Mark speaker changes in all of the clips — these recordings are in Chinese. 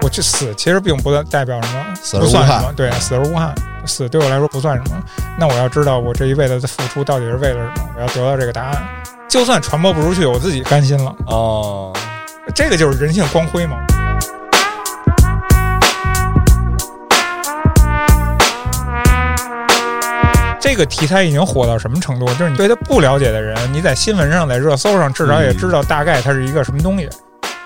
Speaker 1: 我去死其实并不代表什么，
Speaker 2: 死而
Speaker 1: 不
Speaker 2: 无
Speaker 1: 算什
Speaker 2: 憾
Speaker 1: 么，对，死而无憾，死对我来说不算什么。那我要知道我这一辈子的付出到底是为了什么，我要得到这个答案。就算传播不出去，我自己甘心了，
Speaker 3: 哦，
Speaker 1: 这个就是人性光辉嘛。这个题材已经火到什么程度？就是你对它不了解的人，你在新闻上、在热搜上，至少也
Speaker 3: 嗯
Speaker 1: 知道大概它是一个什么东西。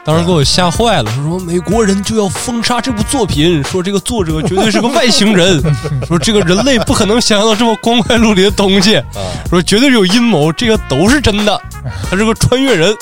Speaker 3: 当时给我吓坏了，说什么美国人就要封杀这部作品，说这个作者绝对是个外星 人，说这个人类不可能想象到这么光怪陆离的东西，
Speaker 2: 啊，
Speaker 3: 说绝对是有阴谋，这个都是 真的，他是个穿越人。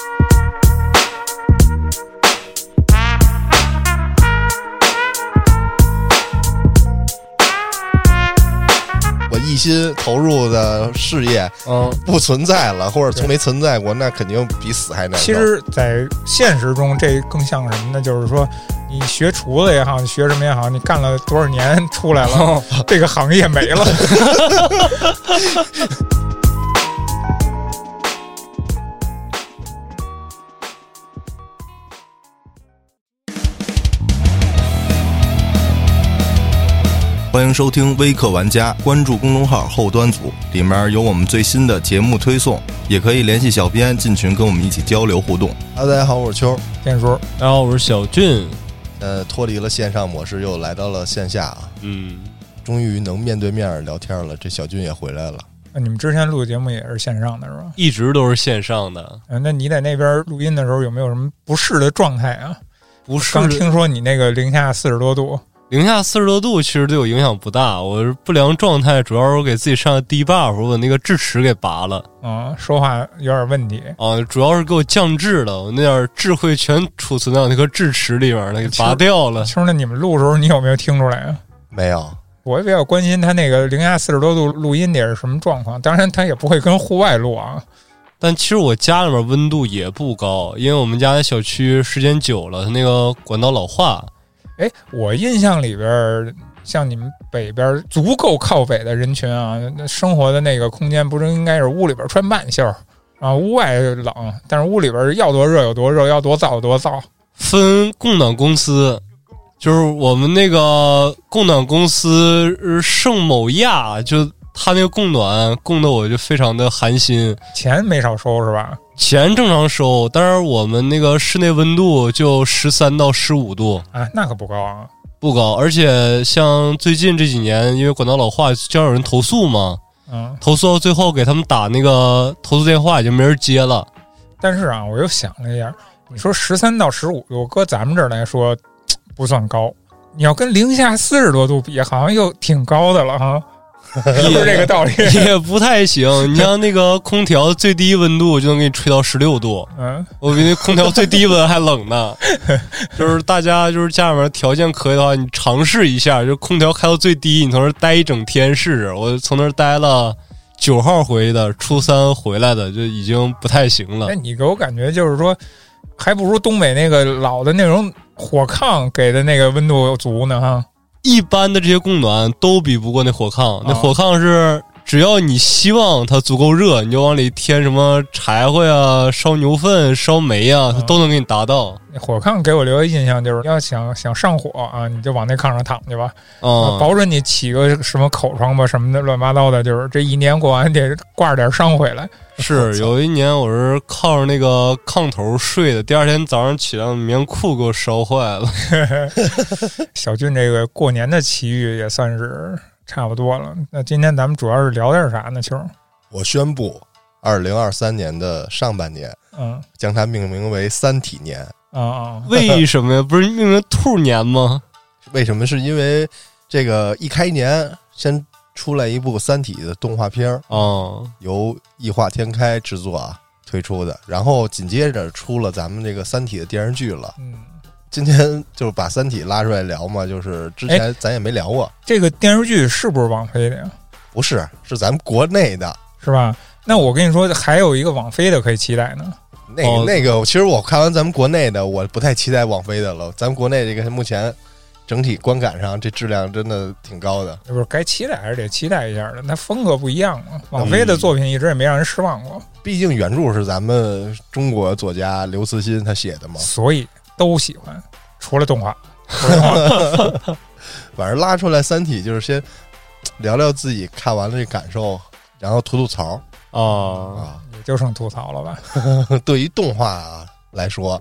Speaker 2: 我一心投入的事业
Speaker 3: 嗯，
Speaker 2: 不存在了，或者从没存在过，那肯定比死还难受。
Speaker 1: 其实，在现实中，这更像什么呢？就是说，你学厨子也好，你学什么也好，你干了多少年 出来了，这个行业没了。
Speaker 2: 欢迎收听微客玩家，关注公众号后端组，里面有我们最新的节目推送，也可以联系小编进群跟我们一起交流互动。啊，大家好，我是秋。
Speaker 1: 天叔，
Speaker 3: 然后我是小俊，
Speaker 2: 呃，脱离了线上模式，又来到了线下啊，
Speaker 3: 嗯，
Speaker 2: 终于能面对面聊天了。这小俊也回来了，
Speaker 1: 你们之前录的节目也是线上的是吧？
Speaker 3: 一直都是线上的，
Speaker 1: 嗯，那你在那边录音的时候有没有什么不适的状态啊？
Speaker 3: 不是
Speaker 1: 刚听说你那个零下四十多度，
Speaker 3: 零下四十多度，其实对我影响不大。我是不良状态，主要是我给自己上的低 buff，我把那个智齿给拔了
Speaker 1: 嗯，说话有点问题。
Speaker 3: 啊，主要是给我降智了。我那点儿智慧全储存到那颗智齿里边儿了，给拔掉了。
Speaker 1: 其实那你们录的时候，你有没有听出来啊？
Speaker 2: 没有？
Speaker 1: 我也比较关心他那个零下四十多度录音得是什么状况，当然他也不会跟户外录啊。
Speaker 3: 但其实我家里面温度也不高，因为我们家的小区时间久了，它那个管道老化。
Speaker 1: 哎，我印象里边儿，像你们北边儿足够靠北的人群啊，那生活的那个空间不是应该是屋里边儿穿半袖儿啊，屋外冷，但是屋里边儿要多热有多热，要多燥有多燥。
Speaker 3: 分供暖公司，就是我们那个供暖公司呃盛某亚，就他那个供暖供的我就非常的寒心。
Speaker 1: 钱没少收是吧？
Speaker 3: 钱正常收，但是我们那个室内温度就十三到十五度，
Speaker 1: 啊，那可不高啊。
Speaker 3: 不高。而且像最近这几年，因为管道老化，经常有人投诉嘛，
Speaker 1: 嗯，
Speaker 3: 投诉到最后给他们打那个投诉电话，已经没人接了。
Speaker 1: 但是啊，我又想了一下，你说十三到十五度，搁咱们这儿来说不算高，你要跟零下四十多度比，好像又挺高的了哈，是不是这个道理？
Speaker 3: 也不太行，你像那个空调最低温度就能给你吹到十六度，
Speaker 1: 嗯，
Speaker 3: 我比那空调最低温还冷呢。就是大家就是家里面条件可以的话，你尝试一下，就是空调开到最低，你从那儿待一整天试试。我从那儿待了九号回的，初三回来的，就已经不太行了
Speaker 1: 那。你给我感觉就是说，还不如东北那个老的那种火炕给的那个温度足呢哈。
Speaker 3: 一般的这些供暖都比不过那火炕，那
Speaker 1: 啊
Speaker 3: 火炕是。只要你希望它足够热，你就往里添什么柴火呀、烧牛粪、烧煤呀，它
Speaker 1: 啊
Speaker 3: 都能给你达到。
Speaker 1: 那火炕给我留下印象就是，要想想上火啊，你就往那炕上躺去吧，
Speaker 3: 嗯，
Speaker 1: 保准你起个什么口疮吧什么的，乱七八糟的，就是这一年过完得挂着点伤回来。
Speaker 3: 是有一年我是靠着那个炕头睡的，第二天早上起来棉裤给我烧坏 了。
Speaker 1: 小俊这个过年的奇遇也算是差不多了。那今天咱们主要是聊点啥呢？秋儿，
Speaker 2: 我宣布，二零二三年的上半年
Speaker 1: 嗯
Speaker 2: 将它命名为“三体年
Speaker 1: 啊啊，
Speaker 3: 为什么呀？不是命名兔 年吗？”。
Speaker 2: 为什么？是因为这个一开年先出来一部《三体》的动画片儿，
Speaker 1: 啊
Speaker 3: 哦，
Speaker 2: 由异化天开制作啊推出的，然后紧接着出了咱们这个《三体》的电视剧了。
Speaker 1: 嗯，
Speaker 2: 今天就是把《三体》拉出来聊嘛，就是之前咱也没聊过，
Speaker 1: 这个电视剧是不是王菲的呀？
Speaker 2: 不是，是咱们国内的。
Speaker 1: 是吧？那我跟你说，还有一个王菲的可以期待呢。
Speaker 2: 那个、
Speaker 3: 哦
Speaker 2: 那个，其实我看完咱们国内的，我不太期待网飞的了。咱们国内这个目前整体观感上这质量真的挺高的。
Speaker 1: 不是该期待还是得期待一下的，那风格不一样嘛。网飞的作品一直也没让人失望过，
Speaker 2: 毕竟原著是咱们中国作家刘慈欣他写的嘛，
Speaker 1: 所以都喜欢，除了动画。除了动画
Speaker 2: 反正拉出来《三体》就是先聊聊自己看完了这感受，然后吐吐槽
Speaker 3: 啊，
Speaker 2: 啊。
Speaker 1: 也就剩吐槽了吧？
Speaker 2: 对于动画啊来说，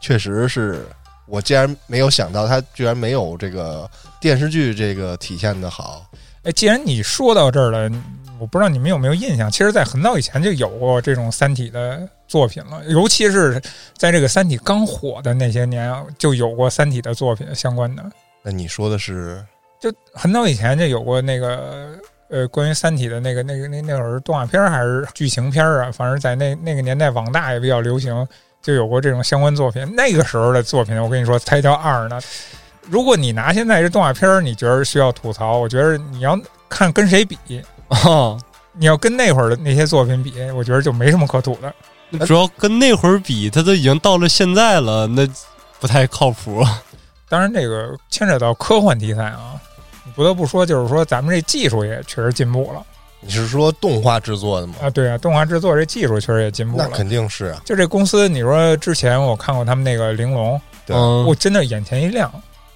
Speaker 2: 确实是我竟然没有想到，它居然没有这个电视剧这个体现的好。
Speaker 1: 哎，既然你说到这儿了，我不知道你们有没有印象，其实，在很早以前就有过这种《三体》的作品了，尤其是在这个《三体》刚火的那些年，啊就有过《三体》的作品相关的。
Speaker 2: 那你说的是
Speaker 1: 就很早以前就有过那个呃，关于《三体》的那个那个那那会儿是动画片儿还是剧情片儿啊？反正在那那个年代，网大也比较流行，就有过这种相关作品。那个时候的作品，我跟你说才叫二呢。如果你拿现在这动画片儿，你觉得需要吐槽，我觉得你要看跟谁比，
Speaker 3: 啊，
Speaker 1: 你要跟那会儿的那些作品比，我觉得就没什么可吐的。
Speaker 3: 主要跟那会儿比，他都已经到了现在了，那不太靠谱。
Speaker 1: 当然，这个牵扯到科幻题材啊，不得不说，就是说咱们这技术也确实进步了
Speaker 2: 你是说动画制作的吗？
Speaker 1: 啊。对啊，动画制作这技术确实也进步
Speaker 2: 那
Speaker 1: 了。
Speaker 2: 肯定是啊，
Speaker 1: 就这公司，你说之前我看过他们那个《玲珑》，
Speaker 2: 对
Speaker 3: 嗯
Speaker 1: 我真的眼前一亮。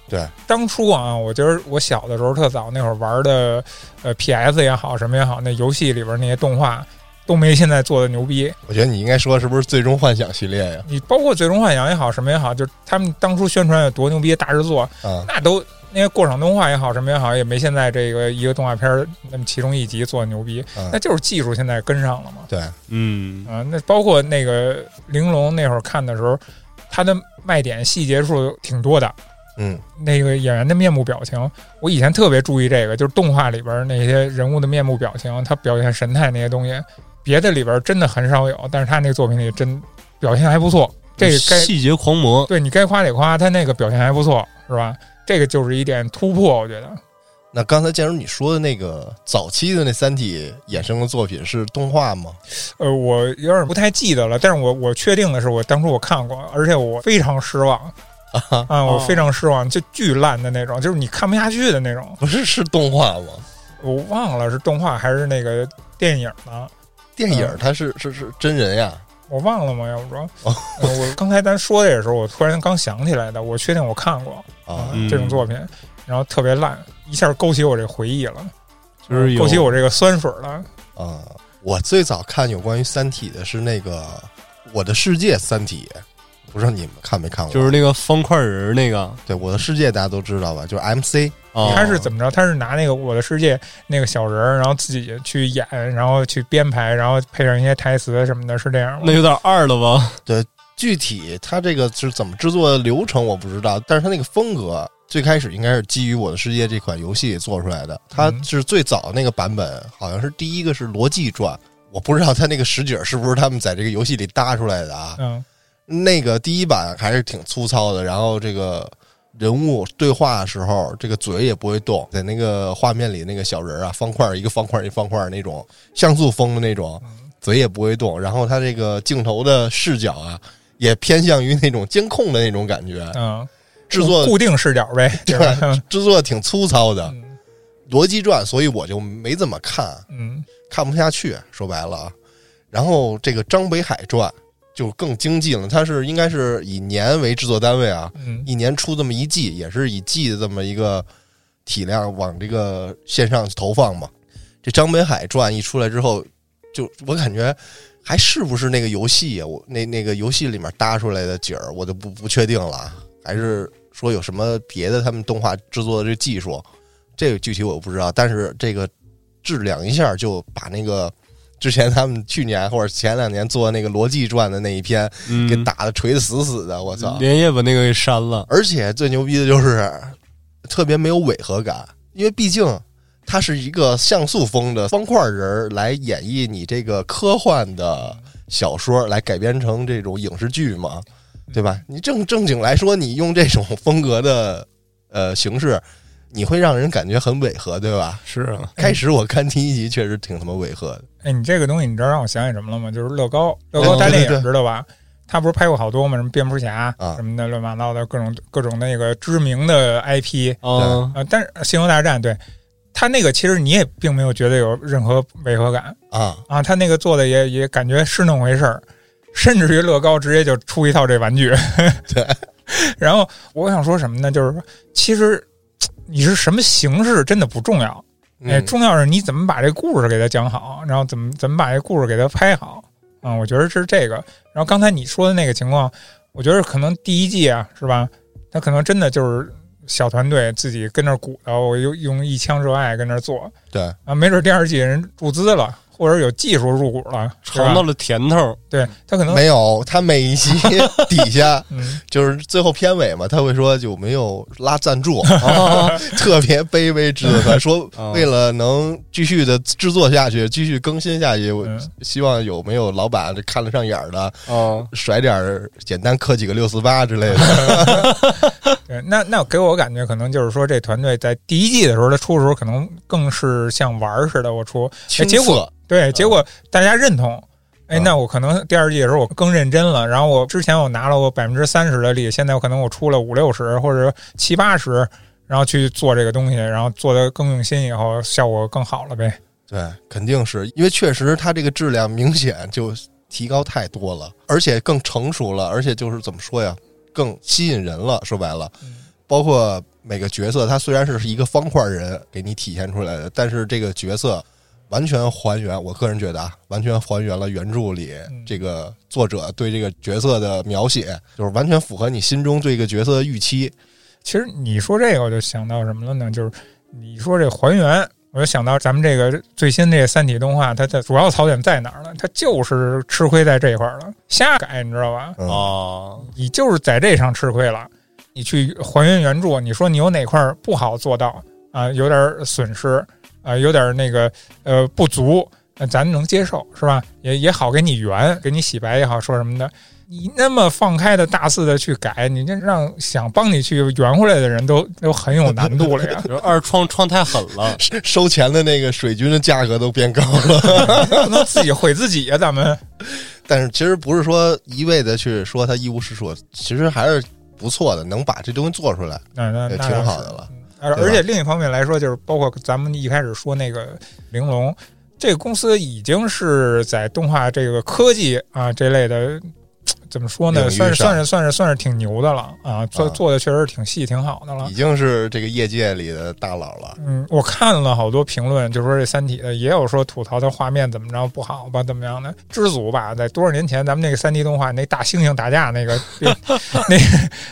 Speaker 2: 对，
Speaker 1: 当初啊，我觉得我小的时候特早那会儿玩的，呃，PS 也好，什么也好，那游戏里边那些动画都没现在做的牛逼。
Speaker 2: 我觉得你应该说是不是《最终幻想》系列呀？
Speaker 1: 你包括《最终幻想》也好，什么也好，就是他们当初宣传有多牛逼大制作，
Speaker 2: 啊，
Speaker 1: 那都那些过场动画也好，什么也好，也没现在这个一个动画片儿那么其中一集做的牛逼，
Speaker 2: 嗯
Speaker 1: 那就是技术现在跟上了嘛。
Speaker 2: 对，
Speaker 3: 嗯
Speaker 1: 啊，那包括那个玲珑那会儿看的时候，它的卖点细节处挺多的。
Speaker 2: 嗯，
Speaker 1: 那个演员的面部表情，我以前特别注意这个，就是动画里边那些人物的面部表情，他表现神态那些东西，别的里边真的很少有，但是他那个作品里真表现还不错。这个该
Speaker 3: 细节狂魔，
Speaker 1: 对你该夸得夸，他那个表现还不错，是吧？这个就是一点突破，我觉得。
Speaker 2: 那刚才建如你说的那个早期的那《三体》衍生的作品是动画吗？
Speaker 1: 呃，我有点不太记得了，但是我我确定的是，我当初我看过，而且我非常失望啊、我非常失望，就巨烂的那种，就是你看不下去的那种。
Speaker 2: 不是，是动画吗？
Speaker 1: 我忘了是动画还是那个电影了，
Speaker 2: 电影
Speaker 1: 嗯
Speaker 2: 它是是是真人呀，
Speaker 1: 我忘了嘛，要不说，
Speaker 3: 哦
Speaker 1: 呃我刚才咱说这个时候，我突然刚想起来的，我确定我看过啊、
Speaker 2: 啊，
Speaker 3: 嗯
Speaker 1: 这种作品，然后特别烂，一下勾起我这回忆了，呃
Speaker 3: 就是有
Speaker 1: 勾起我这个酸水了。
Speaker 2: 啊、我最早看有关于《三体》的是那个《我的世界》《三体》，不知道你们看没看过？
Speaker 3: 就是那个方块人儿那个
Speaker 2: 对《我的世界》，大家都知道吧？就是 MC
Speaker 3: 啊，
Speaker 1: 他是怎么着？他是拿那个《我的世界》那个小人儿，然后自己去演，然后去编排，然后配上一些台词什么的，是这样
Speaker 3: 那
Speaker 1: 吗？
Speaker 3: 有点二了吧？
Speaker 2: 具体它这个是怎么制作的流程我不知道，但是它那个风格最开始应该是基于《我的世界》这款游戏做出来的，它
Speaker 1: 嗯
Speaker 2: 是最早那个版本，好像是第一个是逻辑传，我不知道它那个实景是不是他们在这个游戏里搭出来的啊？
Speaker 1: 嗯，
Speaker 2: 那个第一版还是挺粗糙的，然后这个人物对话的时候，这个嘴也不会动，在那个画面里那个小人儿啊，方块儿一个方块儿一方块儿那种像素风的那种，嘴也不会动，然后他这个镜头的视角啊，也偏向于那种监控的那种感觉，
Speaker 1: 嗯，
Speaker 2: 制作
Speaker 1: 固定视角 呗，对吧？
Speaker 2: 制作挺粗糙的，
Speaker 1: 嗯
Speaker 2: 逻辑转，所以我就没怎么看，
Speaker 1: 嗯，
Speaker 2: 看不下去，说白了啊。然后这个张北海传就更精进了，它是应该是以年为制作单位啊，
Speaker 1: 嗯
Speaker 2: 一年出这么一季，也是以季的这么一个体量往这个线上投放嘛。这张北海传一出来之后，就我感觉还是不是那个游戏啊？我那那个游戏里面搭出来的景儿，我就不不确定了啊，还是说有什么别的他们动画制作的这技术，这个具体我不知道。但是这个质量一下就把那个之前他们去年或者前两年做那个《逻辑传》的那一篇
Speaker 3: 嗯
Speaker 2: 给打的锤的死死的，我操！
Speaker 3: 连夜把那个给删了。
Speaker 2: 而且最牛逼的就是特别没有违和感，因为毕竟它是一个像素风的方块人儿来演绎你这个科幻的小说，来改编成这种影视剧嘛，对吧？你正正经来说，你用这种风格的呃形式，你会让人感觉很违和，对吧？
Speaker 3: 是啊，
Speaker 2: 开始我看第一集确实挺他妈违和的，
Speaker 1: 哎，你这个东西你知道让我想起什么了吗？就是乐高，乐
Speaker 2: 哦
Speaker 1: 高大
Speaker 2: 对
Speaker 1: 电
Speaker 2: 对对
Speaker 1: 影知道吧？他不是拍过好多嘛，什么蝙蝠侠、
Speaker 2: 啊
Speaker 1: 什么的乱七八糟的各种各种那个知名的 IP
Speaker 3: 嗯
Speaker 1: 啊、但是《星球大战》对他那个其实你也并没有觉得有任何违和感
Speaker 2: 啊，
Speaker 1: 啊，他那个做的也也感觉是那么回事儿，甚至于乐高直接就出一套这玩具。
Speaker 2: 对，
Speaker 1: 然后我想说什么呢？就是说，其实你是什么形式真的不重要，哎，
Speaker 2: 嗯
Speaker 1: 重要是你怎么把这故事给它讲好，然后怎么怎么把这故事给它拍好啊、我觉得是这个。然后刚才你说的那个情况，我觉得可能第一季啊，是吧？他可能真的就是小团队自己跟那儿鼓捣，我用用一腔热爱跟那儿做
Speaker 2: 对，
Speaker 1: 啊，没准第二季人注资了，或者有技术入股了，是吧
Speaker 3: 尝到了甜头，
Speaker 1: 对他可能
Speaker 2: 没有，他每一集 底下
Speaker 1: 嗯，
Speaker 2: 就是最后片尾嘛，他会说有没有拉 赞助，
Speaker 3: 啊
Speaker 2: 特别卑微之的，说
Speaker 3: 啊
Speaker 2: 为了能继续的制作下去，继续更新下去，我
Speaker 1: 嗯
Speaker 2: 希望有没有老板看得上眼儿的，
Speaker 3: 啊
Speaker 2: 甩点儿简单磕几个六四八之类
Speaker 1: 哎
Speaker 2: 的。
Speaker 1: 对，那那给我感觉可能就是说，这团队在第一季的时候，他出的时候可能更是像玩儿似的，我出，哎，
Speaker 2: 青
Speaker 1: 结果
Speaker 2: 涩
Speaker 1: 对，结果大家认同。哎，
Speaker 3: 啊
Speaker 1: 那我可能第二季的时候我更认真了，然后我之前我拿了我百分之三十的力，现在我可能我出了五六十或者七八十，然后去做这个东西，然后做的更用心，以后效果更好了呗。
Speaker 2: 对，肯定是因为确实它这个质量明显就提高太多了，而且更成熟了，而且就是怎么说呀，更吸引人了。说白了，包括每个角色，他虽然是一个方块人给你体现出来的，但是这个角色完全还原，我个人觉得啊，完全还原了原著里
Speaker 1: 嗯
Speaker 2: 这个作者对这个角色的描写，就是完全符合你心中对这个角色的预期。
Speaker 1: 其实你说这个，我就想到什么了呢？就是你说这还原，我就想到咱们这个最新这个《三体》动画，它的主要槽点在哪儿呢？它就是吃亏在这一块儿了，瞎改，你知道吧？
Speaker 2: 嗯，
Speaker 3: 啊！，
Speaker 1: 你就是在这上吃亏了。你去还原原著，你说你有哪块儿不好做到啊？有点儿损失啊，有点儿那个呃不足，那咱能接受是吧？也也好给你圆，给你洗白也好，说什么的。你那么放开的大肆的去改，你这让想帮你去圆回来的人都都很有难度了 呀
Speaker 3: 就是二创创太狠了，
Speaker 2: 收钱的那个水军的价格都变高了。
Speaker 1: 不能自己毁自己呀、咱们
Speaker 2: 但是其实不是说一味的去说它一无是处，其实还是不错的，能把这东西做出来，
Speaker 1: 那那
Speaker 2: 也
Speaker 1: 那
Speaker 2: 挺
Speaker 1: 倒
Speaker 2: 好
Speaker 1: 是
Speaker 2: 的了。
Speaker 1: 而
Speaker 2: 对吧
Speaker 1: 而且另一方面来说，就是包括咱们一开始说那个玲珑，这个公司已经是在动画这个科技啊这类的，嘖怎么说
Speaker 2: 领
Speaker 1: 呢？
Speaker 2: 域
Speaker 1: 算是
Speaker 2: 上
Speaker 1: 算是算是算是挺牛的了啊，做
Speaker 2: 啊
Speaker 1: 做的确实挺细挺好的了
Speaker 2: 已。经是这个业界里的大佬了。
Speaker 1: 嗯，我看了好多评论，就说这《三体》的也有说吐槽它画面怎么着不好吧，怎么样的，知足吧。在多少年前，咱们那个三 D 动画那大猩猩打架那个， 那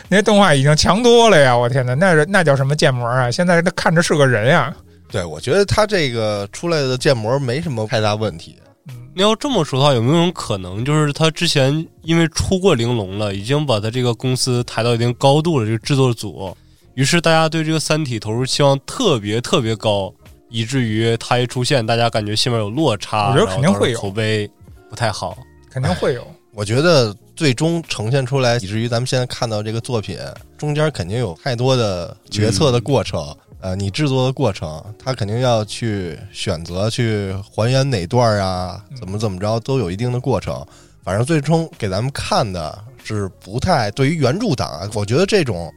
Speaker 1: 那动画已经强多了呀！我天哪，那是那叫什么建模啊？现在它看着是个人呀、
Speaker 2: 对，我觉得他这个出来的建模没什么太大问题。
Speaker 1: 嗯，
Speaker 3: 那要这么说的话，有没有种可能，就是他之前因为出过玲珑了，已经把他这个公司抬到一定高度了，这个制作组，于是大家对这个《三体》投入期望特别特别高，以至于他一出现，大家感觉心里面有落差，
Speaker 1: 我觉得肯定啊会有
Speaker 3: 然后导致口碑不太好。
Speaker 1: 肯定会有。
Speaker 2: 我觉得最终呈现出来，以至于咱们现在看到这个作品，中间肯定有太多的决策的过程，呃，你制作的过程，他肯定要去选择去还原哪段啊，
Speaker 1: 嗯
Speaker 2: 怎么怎么着，都有一定的过程。反正最终给咱们看的是不太对于原著党啊，我觉得这种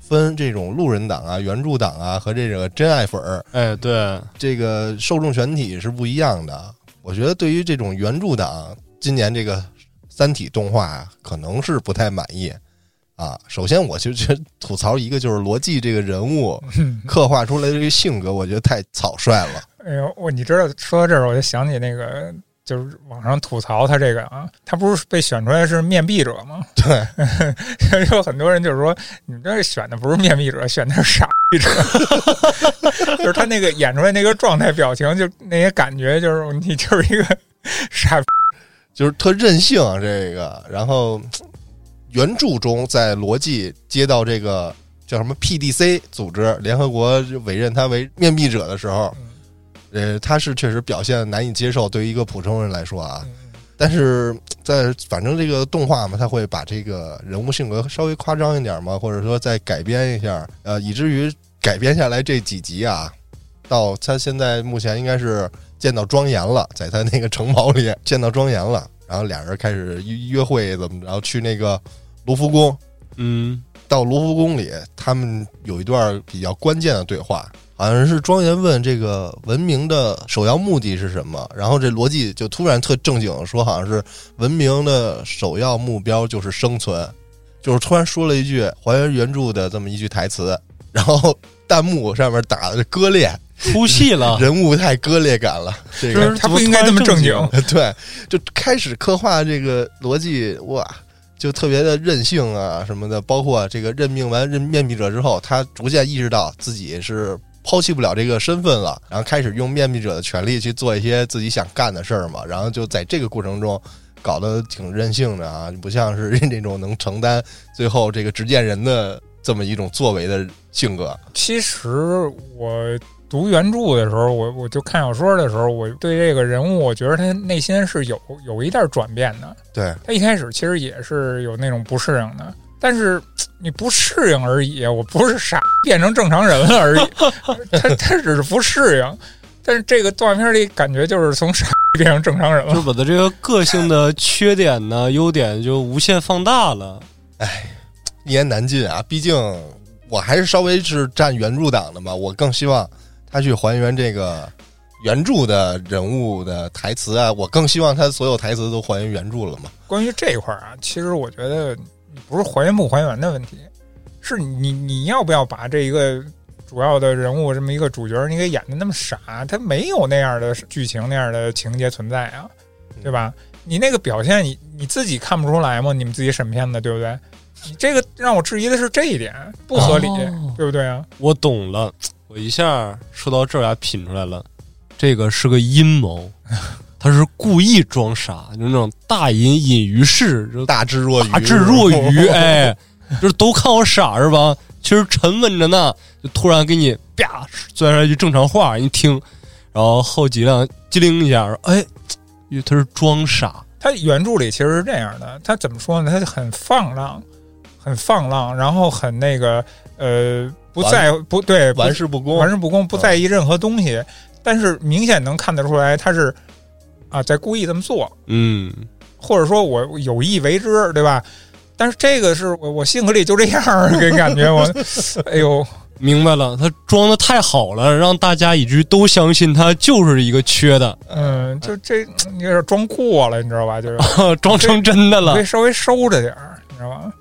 Speaker 2: 分这种路人党啊、原著党啊和这个真爱粉儿，
Speaker 3: 哎，对，
Speaker 2: 这个受众群体是不一样的。我觉得对于这种原著党，今年这个《三体》动画可能是不太满意啊。首先，我就觉得吐槽一个就是罗辑这个人物刻画出来的这个性格，我觉得太草率了。
Speaker 1: 哎呦，我你知道说到这儿，我就想起那个，就是网上吐槽他这个啊，他不是被选出来是面壁者吗？对， 有很多人就是说，你们这选的不是面壁者，选的是傻逼 者，就是他那个演出来那个状态、表情，就那些感觉，就是你就是一个傻逼。
Speaker 2: 就是特任性啊这个。然后嘖原著中，在罗辑接到这个叫什么 PDC 组织，联合国委任他为面壁者的时候，呃，他是确实表现难以接受，对于一个普通人来说啊。但是嘖在反正这个动画嘛，他会把这个人物性格稍微夸张一点嘛，或者说再改编一下，呃，以至于改编下来这几集啊，到他现在目前应该是见到庄严了，在他那个城堡里见到庄严了。然后俩人开始约约会怎么着，然后去那个卢浮宫，
Speaker 3: 嗯，
Speaker 2: 到卢浮宫里，他们有一段比较关键的对话，好像是庄园问这个文明的首要目的是什么，然后这逻辑就突然特正经说，好像是文明的首要目标就是生存，就是突然说了一句还原原著的这么一句台词，然后弹幕上面打的是割裂，
Speaker 3: 出 戏了，
Speaker 2: 人物太割裂感了，啊这
Speaker 3: 就
Speaker 2: 个
Speaker 3: 是
Speaker 1: 他不应该这么正经，
Speaker 2: 对，就开始刻画这个逻辑，哇，就特别的任性啊什么的。包括这个任命完任面壁者之后，他逐渐意识到自己是抛弃不了这个身份了，然后开始用面壁者的权利去做一些自己想干的事儿嘛。然后就在这个过程中。搞得挺任性的啊，不像是 那种能承担最后这个执剑人的这么一种作为的性格。
Speaker 1: 其实我读原著的时候，我我就看小说的时候，我对这个人物，我觉得他内心是有有一点转变的。
Speaker 2: 对，
Speaker 1: 他一开始其实也是有那种不适应的，但是你不适应而已，啊我不是傻变成正常人了而已，他他只是不适应。但是这个动画片里感觉就是从傻 变成正常人
Speaker 3: 就
Speaker 1: 了，
Speaker 3: 把他这个个性的缺点呢、优点就无限放大了。
Speaker 2: 一言难尽啊。毕竟我还是稍微是站原著党的嘛，我更希望他去还原这个原著的人物的台词啊，我更希望他所有台词都还原原著了嘛。
Speaker 1: 关于这一块儿啊，其实我觉得不是还原不还原的问题，是你你要不要把这一个主要的人物这么一个主角，你给演的那么傻，他没有那样的剧情那样的情节存在啊，对吧？你那个表现你你自己看不出来吗？你们自己审片的对不对？你这个让我质疑的是这一点，不合理，
Speaker 3: 哦
Speaker 1: 对不对啊？
Speaker 3: 我懂了，我一下说到这儿，我还品出来了，这个是个阴谋， 他是故意装傻，就是那种大隐隐于市，就
Speaker 2: 大智若愚，
Speaker 3: 大智若愚， 哎，就是都看我傻是吧？其实沉稳着呢，就突然给你啪钻上一句正常话，一听，然后后脊梁机灵一下，说哎，他是装傻，
Speaker 1: 他原著里其实是这样的，他怎么说呢？他很放浪，很放浪，然后很那个呃，不
Speaker 2: 玩
Speaker 1: 在不对，不
Speaker 2: 玩世不恭
Speaker 1: 玩。世不恭，不在意任何东西。但是明显能看得出来，他是啊在故意这么做，
Speaker 3: 嗯，
Speaker 1: 或者说我有意为之，对吧？但是这个是我我性格里就这样儿，给感觉我，哎呦，
Speaker 3: 明白了，他装的太好了，让大家以至于都相信他就是一个缺的，
Speaker 1: 嗯，就这你有点装过了，你知道吧？ 就是
Speaker 3: 装成真的
Speaker 1: 你
Speaker 3: 了
Speaker 1: 可以。稍微收着点儿，你知道吧？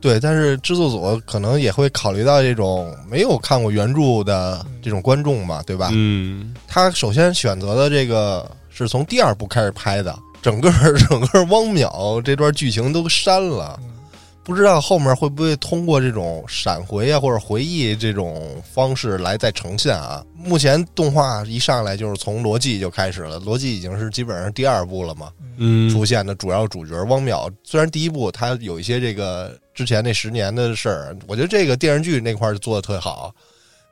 Speaker 2: 对，但是制作组可能也会考虑到这种没有看过原著的这种观众嘛，对吧？
Speaker 3: 嗯，
Speaker 2: 他首先选择的这个是从第二部开始拍的，整个整个汪淼这段剧情都删了。
Speaker 1: 嗯
Speaker 2: 不知道后面会不会通过这种闪回啊或者回忆这种方式来再呈现啊？目前动画一上来就是从罗辑就开始了，罗辑已经是基本上第二部了嘛，
Speaker 3: 嗯
Speaker 2: 出，现的主要主角汪淼。虽然第一部他有一些这个之前那十年的事儿，我觉得这个电视剧那块儿做的特好，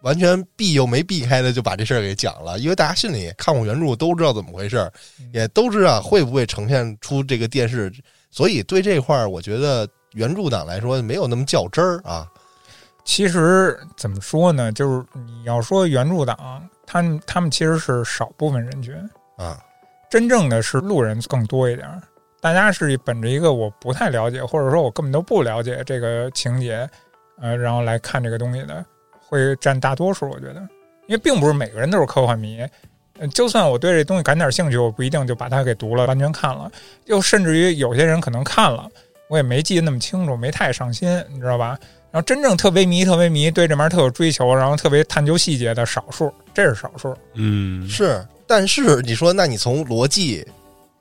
Speaker 2: 完全避又没避开的就把这事儿给讲了，因为大家心里看过原著都知道怎么回事儿，也都知道会不会呈现出这个电视，所以对这块儿我觉得原著党来说没有那么较真儿啊。
Speaker 1: 其实怎么说呢，就是你要说原著党，他们他们其实是少部分人群，
Speaker 2: 啊，
Speaker 1: 真正的是路人更多一点儿。大家是本着一个我不太了解，或者说我根本都不了解这个情节，呃，然后来看这个东西的，呃会占大多数。我觉得，因为并不是每个人都是科幻迷。呃就算我对这东西感点兴趣，我不一定就把它给读了，完全看了。又甚至于有些人可能看了，我也没记得那么清楚，没太上心，你知道吧？然后真正特别迷、特别迷，对这玩意儿特有追求，然后特别探究细节的少数，这是少数。
Speaker 3: 嗯，
Speaker 2: 是，但是你说，那你从逻辑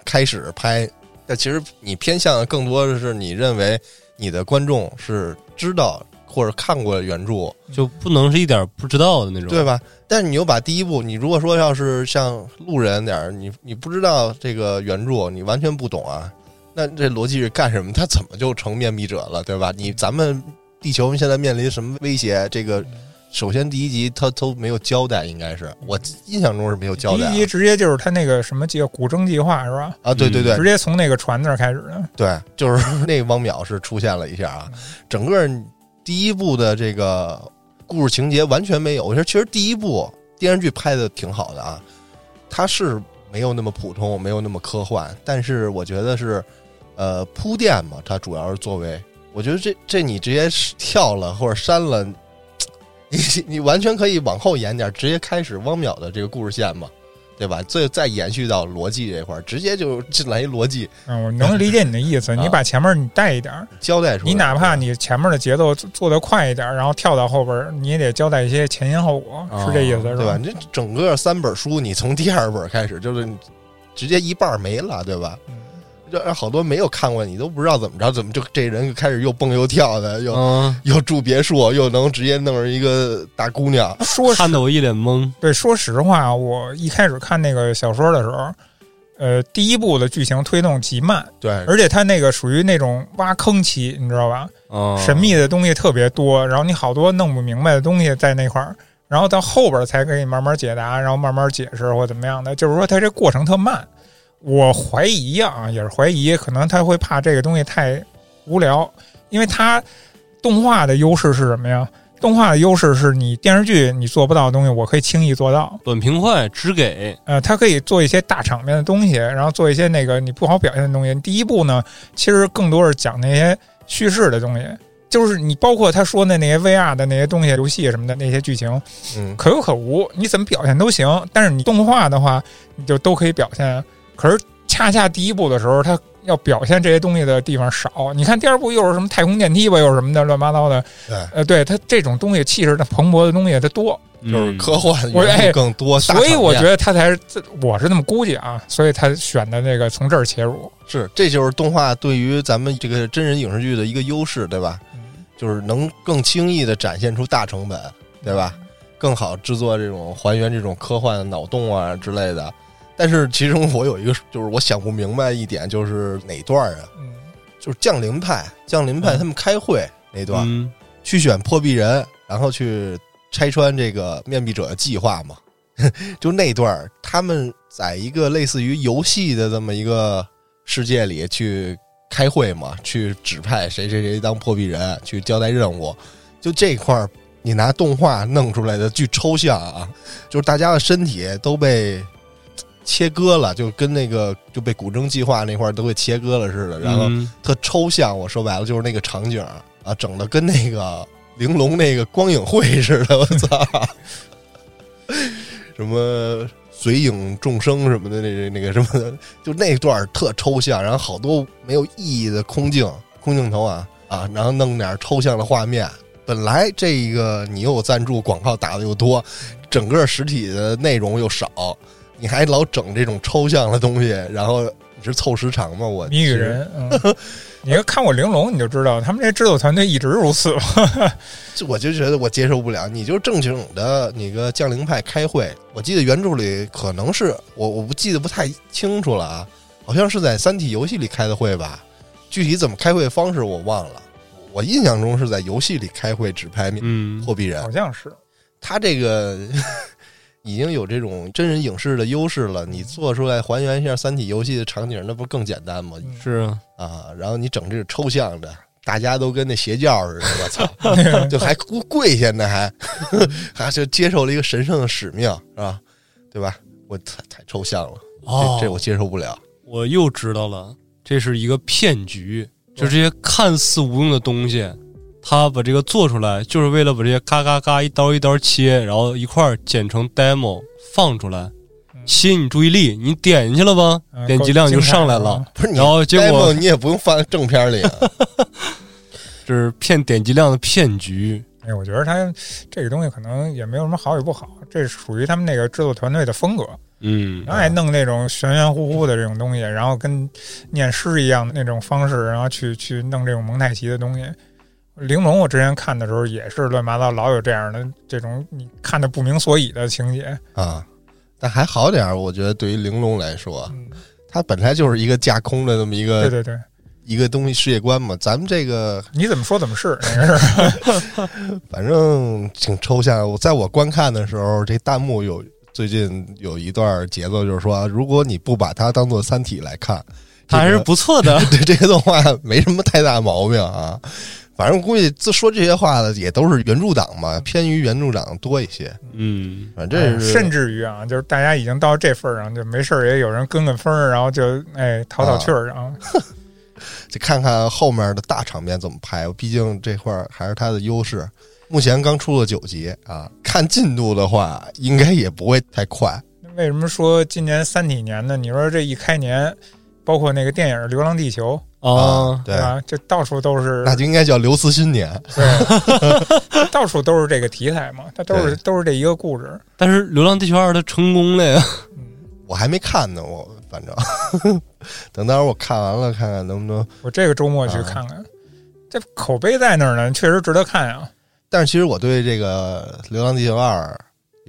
Speaker 2: 开始拍，那其实你偏向的更多的是你认为你的观众是知道或者看过原著，
Speaker 3: 就不能是一点不知道的那种。
Speaker 2: 对吧？但是你又把第一部，你如果说要是像路人点儿，你你不知道这个原著，你完全不懂啊，那这逻辑是干什么？他怎么就成面壁者了，对吧？你咱们地球现在面临什么威胁？这个首先第一集他都没有交代，应该是我印象中是没有交代
Speaker 1: 第一集直接就是他那个什么计划古筝计划是吧？
Speaker 2: 啊。对对对
Speaker 1: 直接从那个船那儿开始的。
Speaker 2: 对，就是 那个汪淼是出现了一下啊，整个第一部的这个故事情节完全没有。我觉得其实第一部电视剧拍的挺好的啊，它是没有那么普通，没有那么科幻，但是我觉得是，呃，铺垫嘛，它主要是作为，我觉得这这你直接跳了或者删了，你你完全可以往后延点，直接开始汪淼的这个故事线嘛，对吧？最再延续到逻辑这块儿，直接就进来一逻辑
Speaker 1: 嗯，我能理解你的意 思。
Speaker 2: 啊
Speaker 1: 你把前面你带一点儿，
Speaker 2: 交代出来，
Speaker 1: 你哪怕你前面的节奏做做得快一点儿，然后跳到后边儿，你也得交代一些前因后果，是这意思是
Speaker 2: 啊对吧？
Speaker 1: 吧？
Speaker 2: 你这整个三本书，你从第二本开始就是你直接一半儿没了，对吧？
Speaker 1: 嗯
Speaker 2: 这好多没有看过，你都不知道怎么着，怎么就这人就开始又蹦又跳的，又、
Speaker 3: 嗯，
Speaker 2: 又住别墅，又能直接弄上一个大姑娘。
Speaker 1: 说
Speaker 3: 看得我一脸懵。
Speaker 1: 对，说实话，我一开始看那个小说的时候，呃，第一部的剧情推动极慢，
Speaker 2: 对，
Speaker 1: 而且它那个属于那种挖坑期，你知道吧？
Speaker 3: 嗯，
Speaker 1: 神秘的东西特别多，然后你好多弄不明白的东西在那块儿，然后到后边儿才给你慢慢解答，然后慢慢解释或怎么样的，就是说它这过程特慢。我怀疑啊，也是怀疑，可能他会怕这个东西太无聊，因为它动画的优势是什么呀？动画的优势是你电视剧你做不到的东西，我可以轻易做到。
Speaker 3: 短平快，只给
Speaker 1: 呃，它可以做一些大场面的东西，然后做一些那个你不好表现的东西。第一部呢，其实更多是讲那些叙事的东西，就是你包括他说的那些 VR 的那些东西、游戏什么的那些剧情，
Speaker 2: 嗯，
Speaker 1: 可有可无，你怎么表现都行。但是你动画的话，你就都可以表现。可是恰恰第一部的时候，它要表现这些东西的地方少。你看第二部又是什么太空电梯吧，又是什么的乱七八糟的。
Speaker 2: 对，
Speaker 1: 呃，对它这种东西气势的蓬勃的东西它多，
Speaker 3: 嗯
Speaker 2: 就是科幻
Speaker 1: 嗯我
Speaker 2: 元
Speaker 1: 哎
Speaker 2: 素更多，大
Speaker 1: 所以
Speaker 2: 场
Speaker 1: 我
Speaker 2: 面
Speaker 1: 觉得他才是这，我是这么估计啊，所以他选的那个从这儿切入，
Speaker 2: 是这就是动画对于咱们这个真人影视剧的一个优势，对吧？就是能更轻易的展现出大成本，对吧？更好制作这种还原这种科幻的脑洞啊之类的。但是其中我有一个就是我想不明白一点，就是哪段啊？
Speaker 1: 嗯，
Speaker 2: 就是降临派，降临派
Speaker 1: 嗯
Speaker 2: 他们开会那段、
Speaker 3: 嗯，
Speaker 2: 去选破壁人，然后去拆穿这个面壁者的计划嘛。 就那段儿，他们在一个类似于游戏的这么一个世界里去开会嘛，去指派谁谁谁当破壁人，去交代任务。就这块儿，你拿动画弄出来的巨抽象啊，就是大家的身体都被嘖切割了，就跟那个就被古筝计划那块儿都被切割了似的，然后
Speaker 3: 嗯
Speaker 2: 特抽象。我说白了就是那个场景儿啊，整的跟那个玲珑那个光影会似的，我操！ 什么随影众生什么的，那那个什么的，就那段儿特抽象，然后好多没有意义的空镜、空镜头啊啊，然后弄点儿抽象的画面。本来这个你又有赞助广告打的又多，整个实体的内容又少，你还老整这种抽象的东西，然后你是凑时长吗？我
Speaker 1: 谜语人， 嗯，你要看过《玲珑》你就知道，他们这制作团队一直如此 嘛，
Speaker 2: 这我就觉得我接受不了。你就正经的，你个降临派开会，我记得原著里可能是我我不记得不太清楚了啊，好像是在《三体》游戏里开的会吧，具体怎么开会方式我忘了。我印象中是在游戏里开会指派
Speaker 3: 嗯，
Speaker 2: 货币人
Speaker 1: 好，像是，
Speaker 2: 他这个 已经有这种真人影视的优势了，你做出来还原一下《三体》游戏的场景，那不更简单吗？
Speaker 1: 嗯
Speaker 3: 是啊，
Speaker 2: 啊，然后你整这种抽象的，大家都跟那邪教似的，我 操，就还跪跪下呢，还 还就接受了一个神圣的使命，是吧？对吧？我太太抽象了，
Speaker 3: 哦
Speaker 2: 这这我接受不了。
Speaker 3: 我又知道了，这是一个骗局，就是这些看似无用的东西，他把这个做出来，就是为了把这些嘎嘎嘎一刀一刀切，然后一块儿剪成 demo 放出来，
Speaker 2: 嗯
Speaker 3: 吸引你注意力，你点进去了吧，
Speaker 1: 嗯
Speaker 3: 点击量就上来了，，
Speaker 2: 不是你，
Speaker 3: 然后结
Speaker 2: demo
Speaker 3: 果
Speaker 2: 你也不用放正片里、 啊，
Speaker 3: 这是骗点击量的骗局。
Speaker 1: 哎，我觉得他这个东西可能也没有什么好与不好，啊这是属于他们那个制作团队的风格，
Speaker 3: 嗯
Speaker 1: 然后爱弄那种玄玄乎乎的这种东西，然后跟念诗一样的那种方式，然后去去弄这种蒙太奇的东西。玲珑，我之前看的时候也是乱七八糟，老有这样的这种你看的不明所以的情节。
Speaker 2: 啊。但还好点儿，我觉得对于玲珑来说，
Speaker 1: 嗯，
Speaker 2: 它本来就是一个架空的那么一
Speaker 1: 对
Speaker 2: 个
Speaker 1: 对对，
Speaker 2: 一个东西世界观嘛。咱们这个
Speaker 1: 你怎么说怎么 是那个是。
Speaker 2: 反正挺抽象。我在我观看的时候，这弹幕有最近有一段节奏，就是说，如果你不把它当做《三体》来看，
Speaker 3: 它还是不错的。
Speaker 2: 对这个动画没什么太大毛病啊。反正估计自说这些话的也都是原著党嘛，偏于原著党多一些。
Speaker 3: 嗯，
Speaker 2: 反正这是、
Speaker 1: 甚至于啊，就是大家已经到这份儿上，就没事儿也有人跟跟风儿，然后就哎讨讨趣儿啊。
Speaker 2: 得看看后面的大场面怎么拍，毕竟这块儿还是它的优势。目前刚出了九集啊，看进度的话，应该也不会太快。
Speaker 1: 为什么说今年三体年呢？你说这一开年，包括那个电影《流浪地球》，
Speaker 3: 哦
Speaker 2: 啊，对，
Speaker 1: 吧？这到处都是
Speaker 2: 那就应该叫刘慈欣年。
Speaker 1: 对， 到处都是这个题材嘛，它都是都是这一个故事。
Speaker 3: 但是《流浪地球二》它成功了呀，
Speaker 2: 我还没看呢，我反正 等到时候我看完了，看看能不能。
Speaker 1: 我这个周末
Speaker 2: 啊
Speaker 1: 去看看，这口碑在那儿呢，确实值得看啊。
Speaker 2: 但是其实我对这个《流浪地球二》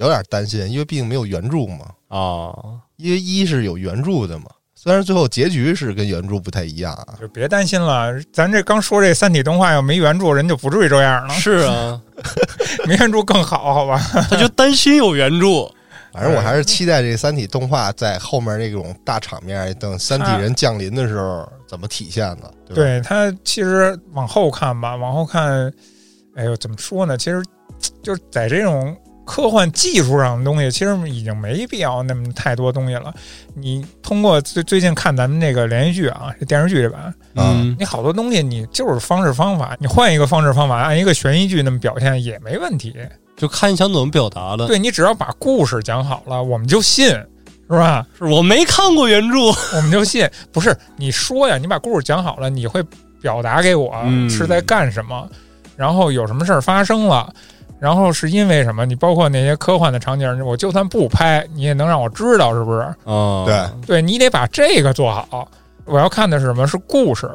Speaker 2: 有点担心，因为毕竟没有原著嘛。
Speaker 3: 啊，
Speaker 2: 因为一是有原著的嘛，虽然最后结局是跟原著不太一样啊，
Speaker 1: 就别担心了，咱这刚说这三体动画要没原著，人就不至于这样了，
Speaker 3: 是 啊，
Speaker 1: 没原著更好，好吧？
Speaker 3: 他就担心有原著，
Speaker 2: 反正我还是期待这《三体》动画在后面这种大场面，等三体人降临的时候怎么体现的，对吧？
Speaker 1: 对它其实往后看吧，往后看，哎呦，怎么说呢？其实就是在这种科幻技术上的东西，其实已经没必要那么太多东西了。你通过最最近看咱们这个连续剧啊，这电视剧这版，
Speaker 3: 嗯
Speaker 1: 你好多东西你就是方式方法，你换一个方式方法，按一个悬疑剧那么表现也没问题。
Speaker 3: 就看你想怎么表达了。
Speaker 1: 对你只要把故事讲好了，我们就信，是吧？
Speaker 3: 是我没看过原著，
Speaker 1: 我们就信。不是你说呀，你把故事讲好了，你会表达给我
Speaker 3: 嗯
Speaker 1: 是在干什么，然后有什么事儿发生了，然后是因为什么？你包括那些科幻的场景，我就算不拍，你也能让我知道，是不是？
Speaker 3: 啊，
Speaker 2: 对
Speaker 1: 对你得把这个做好。我要看的是什么？是故事，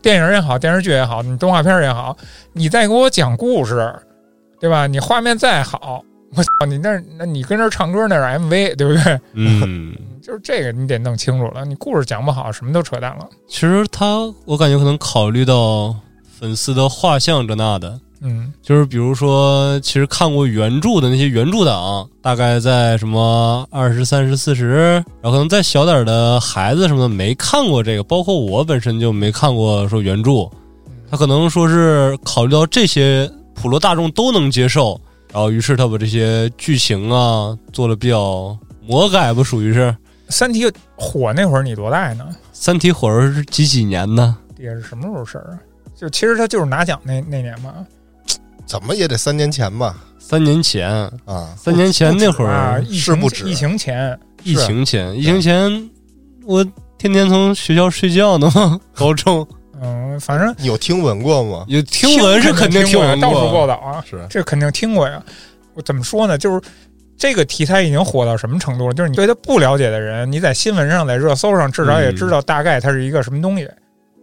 Speaker 1: 电影也好，电视剧也好，你动画片也好，你再给我讲故事，对吧？你画面再好，我操，你那那你跟这儿唱歌那是 MV，对不对？
Speaker 3: 嗯，
Speaker 1: 就是这个你得弄清楚了，你故事讲不好，什么都扯淡了。
Speaker 3: 其实他我感觉可能考虑到粉丝的画像这那的，
Speaker 1: 嗯，
Speaker 3: 就是比如说，其实看过原著的那些原著党，大概在什么二十三十四十，然后可能再小点儿的孩子什么的没看过这个，包括我本身就没看过说原著，他可能说是考虑到这些普罗大众都能接受，然后于是他把这些剧情啊做了比较魔改吧，属于是《
Speaker 1: 《三体》火那会儿你多大呢？
Speaker 3: 三体》火儿是几几年呢？
Speaker 1: 也是什么时候事儿啊？就其实他就是拿奖那那年嘛，
Speaker 2: 怎么也得三年前吧？
Speaker 3: 三年前，
Speaker 2: 啊，
Speaker 3: 三年前那会
Speaker 1: 啊，
Speaker 3: 儿
Speaker 1: 疫
Speaker 2: 是
Speaker 1: 情
Speaker 2: 不止
Speaker 1: 疫情前，
Speaker 3: 疫情前，疫情前我天天从学校睡觉呢 嘛，高中
Speaker 1: 嗯，反正
Speaker 2: 你有听闻过吗？
Speaker 3: 有听闻是肯定
Speaker 1: 听过呀
Speaker 3: 闻
Speaker 1: 到处报
Speaker 3: 过，
Speaker 1: 道啊，
Speaker 2: 是
Speaker 1: 这肯定听过呀。我怎么说呢？就是这个题材已经火到什么程度了？就是你对他不了解的人，你在新闻上、在热搜上，至少也
Speaker 3: 嗯
Speaker 1: 知道大概它是一个什么东西。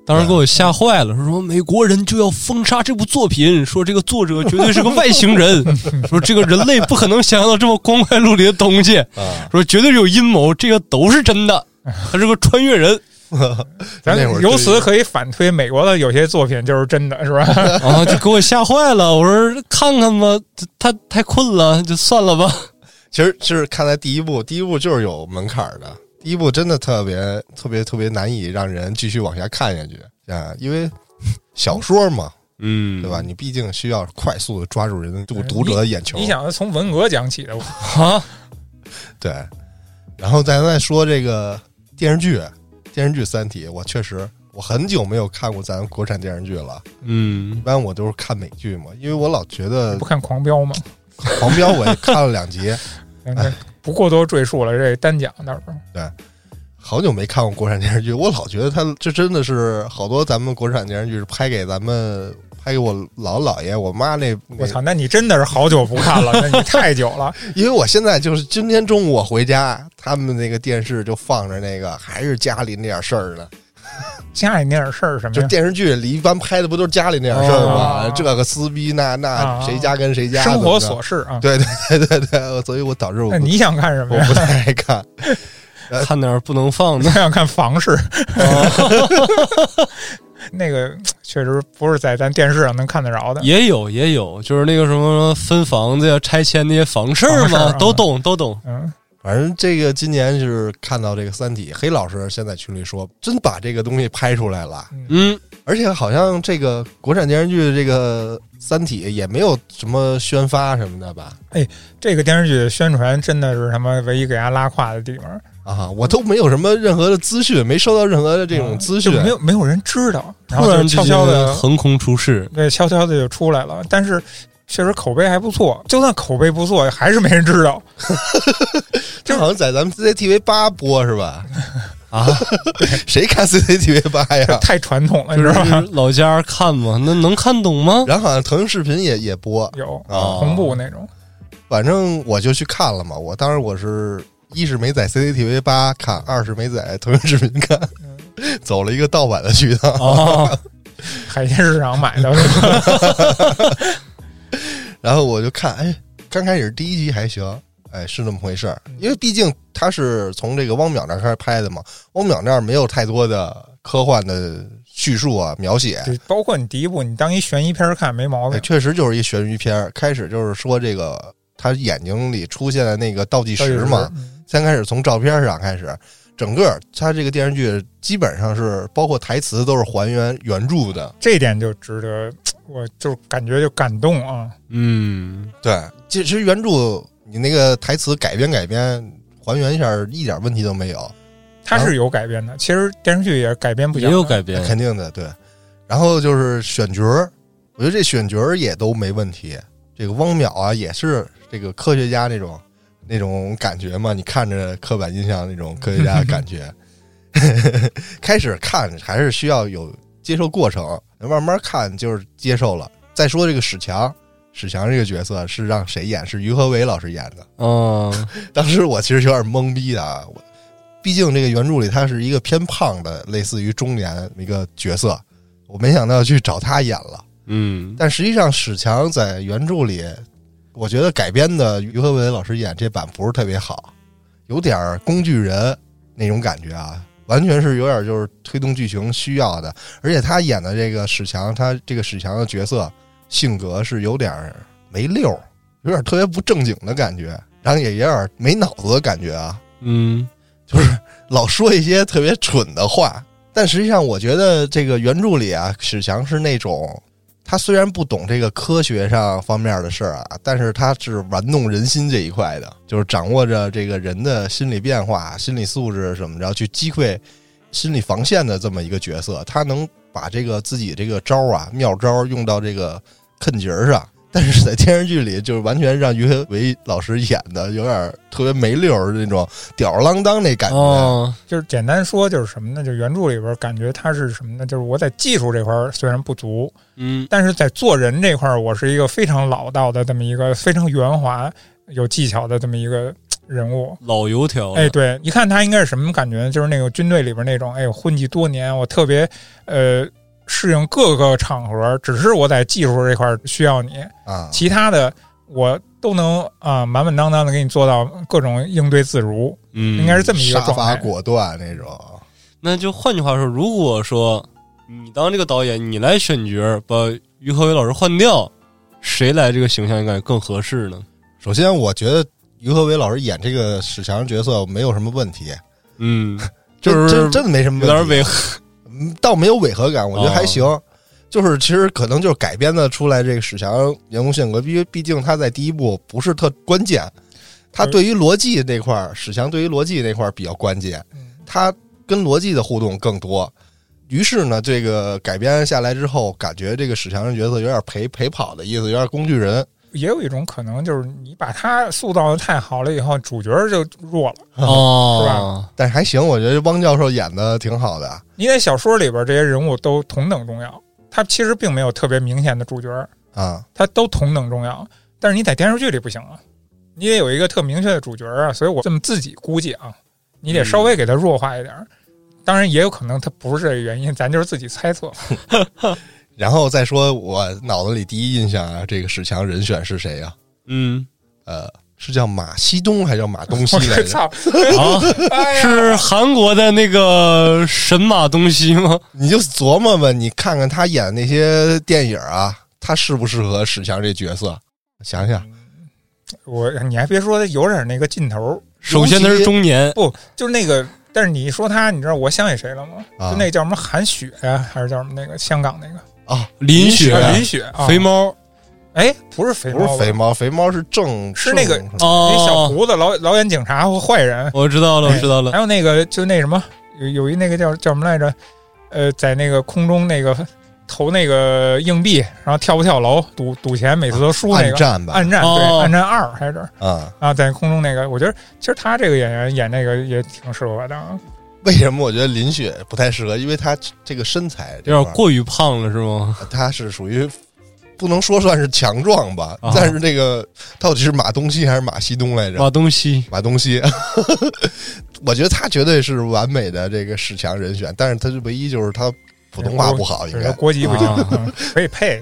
Speaker 3: 当时给我吓坏了，说什么美国人就要封杀这部作品，说这个作者绝对是个外星 人，说这个人类不可能想象到这么光怪陆离的东西，
Speaker 2: 啊，
Speaker 3: 说绝对是有阴谋，这个都是真的，他是个穿越 人
Speaker 1: 咱
Speaker 2: 那会儿
Speaker 1: 由
Speaker 2: 对
Speaker 1: 此可以反推，美国的有些作品就是真的，是吧？
Speaker 3: 啊，就给我吓坏了。我说看看吧，他他太困了，就算了吧。
Speaker 2: 其实是看在第一部，第一部就是有门槛儿的，第一部真的特别特别特别难以让人继续往下看下去啊，因为小说嘛，
Speaker 3: 嗯
Speaker 2: 对吧？？你毕竟需要快速的抓住人读读者的眼球。
Speaker 1: 嗯你想从文革讲起的，
Speaker 3: 啊，
Speaker 2: 对，然后咱再说这个电视剧，电视剧《三体》，我确实我很久没有看过咱国产电视剧了，
Speaker 3: 嗯
Speaker 2: 一，般我都是看美剧嘛，因为我老觉得
Speaker 1: 不看《狂飙》吗？
Speaker 2: 《狂飙》我也看了两集，
Speaker 1: 不过多赘述了，这单讲到时候。
Speaker 2: 好久没看过国产电视剧，我老觉得它这真的是好多咱们国产电视剧是拍给咱们拍给我老姥爷我妈那，
Speaker 1: 我操，那你真的是好久不看了，那你太久了。
Speaker 2: 因为我现在就是今天中午我回家，他们那个电视就放着那个，还是家里那点事儿呢。
Speaker 1: 哎家里那点事儿什么
Speaker 2: 就
Speaker 1: 呀？
Speaker 2: 电视剧里一般拍的不都是家里那点事儿吗？
Speaker 1: 哦
Speaker 2: 这个撕逼那那
Speaker 1: 啊
Speaker 2: 谁家跟谁家
Speaker 1: 生活
Speaker 2: 怎么
Speaker 1: 琐事啊。
Speaker 2: 着，对对对对对，所以我导致我
Speaker 1: 那
Speaker 2: 不
Speaker 1: 你想看什么
Speaker 2: 我
Speaker 1: 呀？
Speaker 2: 不太爱看。
Speaker 3: 看点儿不能放
Speaker 1: 我
Speaker 3: 的。
Speaker 1: 想看房市。 那个确实不是在咱电视上能看得着的。
Speaker 3: 也有也有，就是那个什么分房子呀、拆迁那些房事儿
Speaker 1: 房事
Speaker 3: 嘛，
Speaker 1: 儿啊
Speaker 3: 都懂都懂。
Speaker 1: 嗯，
Speaker 2: 反正这个今年就是看到这个《三体》，黑老师先在群里说，真把这个东西拍出来了，
Speaker 3: 嗯，
Speaker 2: 而且好像这个国产电视剧的这个《三体》也没有什么宣发什么的吧？
Speaker 1: 这个电视剧的宣传真的是他妈唯一给他拉胯的地方，
Speaker 2: 啊，我都没有什么任何的资讯，没收到任何的这种资讯
Speaker 1: 啊嗯就，没有没有人知道，然
Speaker 3: 突
Speaker 1: 后
Speaker 3: 然
Speaker 1: 就
Speaker 3: 之
Speaker 1: 悄悄
Speaker 3: 间
Speaker 1: 的
Speaker 3: 横空出世，
Speaker 1: 对，悄悄的就出来了。但是确实口碑还不错，就算口碑不错，还是没人知道。
Speaker 2: 这好像在咱们 CCTV 八播 是吧？啊，谁看 CCTV 八
Speaker 1: 这
Speaker 2: 呀？
Speaker 1: 太传统了，你
Speaker 3: 就
Speaker 1: 知
Speaker 3: 是
Speaker 1: 道吗？
Speaker 3: 老家看嘛，那能看懂吗？
Speaker 2: 然后好像腾讯视频也也播，
Speaker 1: 有
Speaker 2: 哦
Speaker 1: 红布那种，
Speaker 2: 反正我就去看了嘛。我当时我是一是没在 CCTV 八看，二是没在腾讯视频看，
Speaker 1: 嗯
Speaker 2: 走了一个盗版的渠道。
Speaker 3: 啊，
Speaker 1: 海鲜市场买 的是吧？
Speaker 2: 然后我就看，哎，刚开始第一集还行，哎，是那么回事儿，因为毕竟他是从这个汪淼那儿开始拍的嘛，汪淼那儿没有太多的科幻的叙述啊描写，
Speaker 1: 对包括你第一部，你当一悬疑片儿看没毛
Speaker 2: 哎
Speaker 1: 病。
Speaker 2: 确实就是一悬疑片儿。开始就是说这个他眼睛里出现的那个倒计时嘛，
Speaker 1: 嗯
Speaker 2: 先开始从照片上开始，整个他这个电视剧基本上是包括台词都是还原原著的，
Speaker 1: 这一点就值得，我就感觉就感动啊。
Speaker 3: 嗯，
Speaker 2: 对，其实原著你那个台词改编改编还原一下一点问题都没有。
Speaker 1: 它
Speaker 2: 啊
Speaker 1: 是有改编的，其实电视剧也改编不
Speaker 3: 也
Speaker 1: 了。
Speaker 3: 有改 编，
Speaker 2: 肯定的，对。然后就是选角儿，我觉得这选角儿也都没问题。这个汪淼啊，也是这个科学家那种那种感觉嘛，你看着刻板印象那种科学家的感觉。 开始看还是需要有接受过程，慢慢看就是接受了。再说这个史强，史强这个角色是让谁演？是于和伟老师演的。
Speaker 3: 嗯，
Speaker 2: 当时我其实有点懵逼的啊，我毕竟这个原著里他是一个偏胖的，类似于中年一个角色，我没想到去找他演了。
Speaker 3: 嗯，
Speaker 2: 但实际上，史强在原著里，我觉得改编的于和伟老师演这版不是特别好，有点儿工具人那种感觉啊，完全是有点就是推动剧情需要的。而且他演的这个史强，他这个史强的角色性格是有点儿没溜儿，有点儿特别不正经的感觉，然后也有点儿没脑子的感觉啊。
Speaker 3: 嗯，
Speaker 2: 老说一些特别蠢的话。但实际上，我觉得这个原著里啊，史强是那种他虽然不懂这个科学上方面的事儿啊，但是他是玩弄人心这一块的，就是掌握着这个人的心理变化、心理素质什么着，去击溃心理防线的这么一个角色。他能把这个自己这个招儿啊、妙招儿用到这个坑节儿上。但是在电视剧里，就是完全让于和伟老师演的有点儿特别没溜儿的那种吊儿郎当那感觉。
Speaker 3: 哦，
Speaker 1: 就是简单说就是什么呢？就原著里边感觉它是什么呢？就是我在技术这块儿虽然不足，
Speaker 3: 嗯，
Speaker 1: 但是在做人这块儿，我是一个非常老道的这么一个非常圆滑、有技巧的这么一个人物。
Speaker 3: 老油
Speaker 2: 哦
Speaker 3: 条了，
Speaker 1: 哎，对，一看他应该是什么感觉呢？就是那个军队里边那种，哎，我混迹多年，我特别呃适应各个场合，只是我在技术这块儿需要你，
Speaker 2: 啊，
Speaker 1: 其他的我都能啊、满满当当的给你做到各种应对自如，
Speaker 3: 嗯，
Speaker 1: 应该是这么一个
Speaker 2: 杀
Speaker 1: 状
Speaker 2: 伐
Speaker 1: 态。
Speaker 2: 果断那种。
Speaker 3: 那就换句话说，如果说你当这个导演，你来选角，把于和伟老师换掉，谁来这个形象应该更合适呢？
Speaker 2: 首先，我觉得于和伟老师演这个史强角色没有什么问题，
Speaker 3: 嗯，就是
Speaker 2: 真真真的没什
Speaker 1: 啊
Speaker 2: 么
Speaker 3: 有点
Speaker 2: 问题，
Speaker 3: 违，
Speaker 2: 嗯倒没有违和感，我觉得
Speaker 3: 哦
Speaker 2: 还行。就是其实可能就是改编的出来这个史强员工性格，因为毕竟他在第一部不是特关键，他对于逻辑那块儿，史强对于逻辑那块儿比较关键，
Speaker 1: 嗯
Speaker 2: 他跟逻辑的互动更多。于是呢，这个改编下来之后，感觉这个史强的角色有点陪陪跑的意思，有点工具人。
Speaker 1: 也有一种可能，就是你把他塑造的太好了以后，主角就弱了。是
Speaker 3: 哦，
Speaker 2: 但是还行，我觉得汪教授演的挺好的。啊
Speaker 1: 你在小说里边这些人物都同等重要，他其实并没有特别明显的主角，
Speaker 2: 啊，
Speaker 1: 他都同等重要。但是你在电视剧里不行啊，你得有一个特明确的主角啊。所以我这么自己估计啊，你得稍
Speaker 2: 嗯
Speaker 1: 微给他弱化一点。儿。当然也有可能他不是这个原因，咱就是自己猜测。
Speaker 2: 然后再说我脑子里第一印象啊，这个史强人选是谁呀、
Speaker 3: 嗯，
Speaker 2: 呃，是叫马西东还是叫马东 西
Speaker 1: 我
Speaker 2: 来着？
Speaker 1: 操！
Speaker 3: 啊，
Speaker 1: 哎呀，
Speaker 3: 是韩国的那个神马东西吗？
Speaker 2: 你就琢磨吧，你看看他演那些电影啊，他适不适合史强这角色？想想
Speaker 1: 我你还别说，他有点那个劲头儿，
Speaker 3: 首先他是中年，
Speaker 1: 不就是那个？但是你一说他，你知道我想起谁了吗？
Speaker 2: 啊
Speaker 1: 就那叫什么韩雪呀、还是叫什么那个香港那个
Speaker 2: 啊，
Speaker 3: 林雪、
Speaker 1: 啊林雪啊？
Speaker 3: 肥猫
Speaker 1: 哎，不是肥
Speaker 2: 不是
Speaker 1: 猫吧，
Speaker 2: 肥猫，肥猫是正，
Speaker 1: 是那个啊
Speaker 2: 正
Speaker 1: 一小
Speaker 3: 哦，
Speaker 1: 胡子老老演警察或坏人，
Speaker 3: 我知道了，我知道了，
Speaker 1: 还有那个就那什么，有有一那个叫叫什么来着？呃，在那个空中那个投那个硬币，然后跳不跳楼赌赌钱，每次都输那
Speaker 2: 啊暗
Speaker 1: 个。
Speaker 2: 战吧，
Speaker 1: 暗战
Speaker 3: 哦
Speaker 1: 对，暗战二还是
Speaker 2: 啊。
Speaker 1: 啊，在空中那个，我觉得其实他这个演员演那个也挺适合的啊。
Speaker 2: 为什么我觉得林雪不太适合？因为她这个身材这
Speaker 3: 有
Speaker 2: 块
Speaker 3: 点
Speaker 2: 儿
Speaker 3: 过于胖了是吗？
Speaker 2: 他是属于不能说算是强壮吧，
Speaker 3: 啊
Speaker 2: 但是那个到底是马东锡还是马西东来
Speaker 1: 啊
Speaker 2: 着？
Speaker 3: 马东锡
Speaker 2: 马东锡， 我觉得他绝对是完美的这个史强人选，但是他是唯一就是他普通话不好，应
Speaker 1: 就是
Speaker 2: 该
Speaker 1: 国哎籍不行，
Speaker 3: 啊
Speaker 1: 嗯可以配。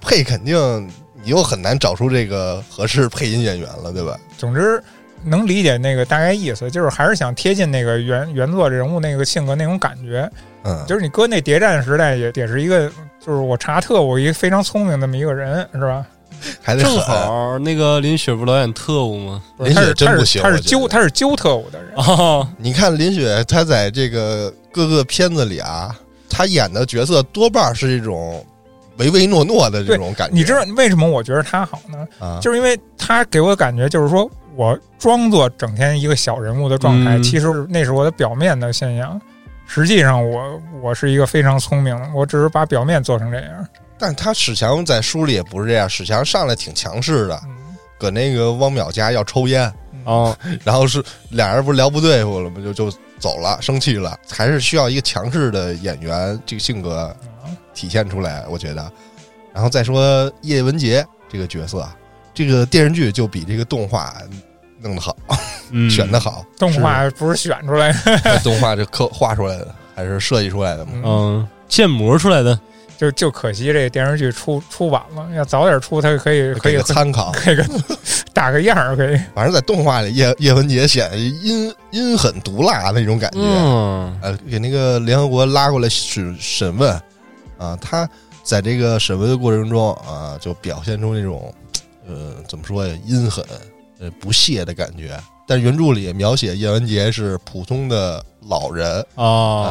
Speaker 2: 配肯定你又很难找出这个合适配音演员了，对吧？
Speaker 1: 总之能理解那个大概意思，就是还是想贴近那个原原作人物那个性格那种感觉。
Speaker 2: 嗯，
Speaker 1: 就是你搁那谍战时代也也是一个，就是我查特务一个非常聪明那么一个人，是吧？
Speaker 2: 还得
Speaker 3: 正
Speaker 2: 狠。
Speaker 3: 好那个林雪不是老演特务吗？
Speaker 1: 不是
Speaker 2: 林
Speaker 1: 他
Speaker 2: 雪
Speaker 1: 是
Speaker 2: 真
Speaker 1: 他
Speaker 2: 不
Speaker 1: 是
Speaker 2: 行
Speaker 1: 他
Speaker 2: 我
Speaker 1: 是
Speaker 2: 觉
Speaker 1: 揪
Speaker 2: 得
Speaker 1: 他是揪特务的人，
Speaker 3: 啊，
Speaker 2: 你看林雪，她在这个各个片子里啊，她演的角色多半是这种唯唯诺诺的这种感觉。
Speaker 1: 你知道为什么我觉得他好呢？
Speaker 2: 啊？
Speaker 1: 就是因为他给我的感觉就是说我装作整天一个小人物的状态，
Speaker 3: 嗯
Speaker 1: 其实那是我的表面的现象。实际上我我是一个非常聪明的，我只是把表面做成这样。
Speaker 2: 但他史强在书里也不是这样，史强上来挺强势的，
Speaker 1: 嗯，
Speaker 2: 搁那个汪淼家要抽烟，
Speaker 3: 哦，
Speaker 2: 然后是俩人不是聊不对付了吗？就就走了，生气了，还是需要一个强势的演员，这个性格
Speaker 1: 嗯
Speaker 2: 体现出来，我觉得。然后再说叶文洁这个角色，这个电视剧就比这个动画弄得好，
Speaker 3: 嗯
Speaker 2: 选的好，
Speaker 1: 动画不是选出来的，
Speaker 2: 动画这刻画出来的还是设计出来的嘛？
Speaker 1: 嗯、
Speaker 3: 嗯，建模出来的，
Speaker 1: 就就可惜这电视剧出出晚了，要早点出，它可以 可
Speaker 2: 给
Speaker 1: 以
Speaker 2: 个参考，
Speaker 1: 可以个打个样儿，可以。
Speaker 2: 反正在动画里，叶叶文洁显得阴阴狠毒辣那种感觉。
Speaker 3: 嗯，
Speaker 2: 呃，给那个联合国拉过来审审问啊，他在这个审问的过程中啊，就表现出那种呃怎么说呀，阴狠呃不屑的感觉。但原著里描写叶文洁是普通的老人啊，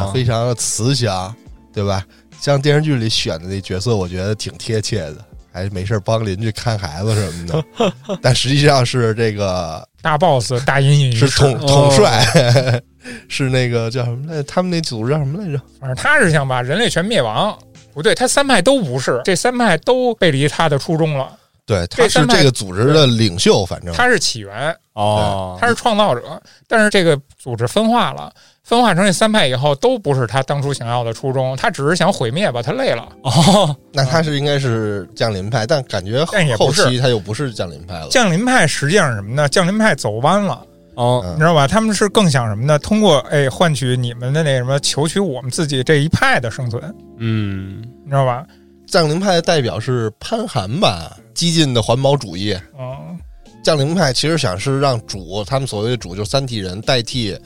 Speaker 3: 啊，
Speaker 2: 非常的慈祥，对吧？像电视剧里选的那角色，我觉得挺贴切的，还没事儿帮邻居看孩子什么的。但实际上是这个
Speaker 1: 大 boss 大隐隐于
Speaker 2: 是
Speaker 1: 市，
Speaker 2: 统
Speaker 3: 哦
Speaker 2: 统帅， 是那个叫什么来着？他们那组织叫什么来着？
Speaker 1: 反正他是想把人类全灭亡。不对，他三派都不是，这三派都背离他的初衷了。
Speaker 2: 对，他是
Speaker 1: 三派
Speaker 2: 这个组织的领袖，反正
Speaker 1: 他是起
Speaker 2: 嗯
Speaker 1: 源，
Speaker 3: 哦，
Speaker 1: 他是创造者，但是这个组织分化了，分化成这三派以后，都不是他当初想要的初衷，他只是想毁灭吧，他累了。
Speaker 3: 哦，
Speaker 2: 那他是应该是降临派，但感觉
Speaker 1: 但也
Speaker 2: 后
Speaker 1: 不是
Speaker 2: 期他又不是降临派了。
Speaker 1: 降临派实际上是什么呢？降临派走弯了，
Speaker 3: 哦，
Speaker 1: 你
Speaker 2: 嗯
Speaker 1: 知道吧？他们是更想什么呢？通过哎换取你们的那什么，求取我们自己这一派的生存，
Speaker 3: 嗯，
Speaker 1: 你知道吧？
Speaker 2: 降临派的代表是潘寒吧，激进的环保主义。
Speaker 1: 嗯，
Speaker 2: 降临派其实想是让主，他们所谓的主就是三体人代替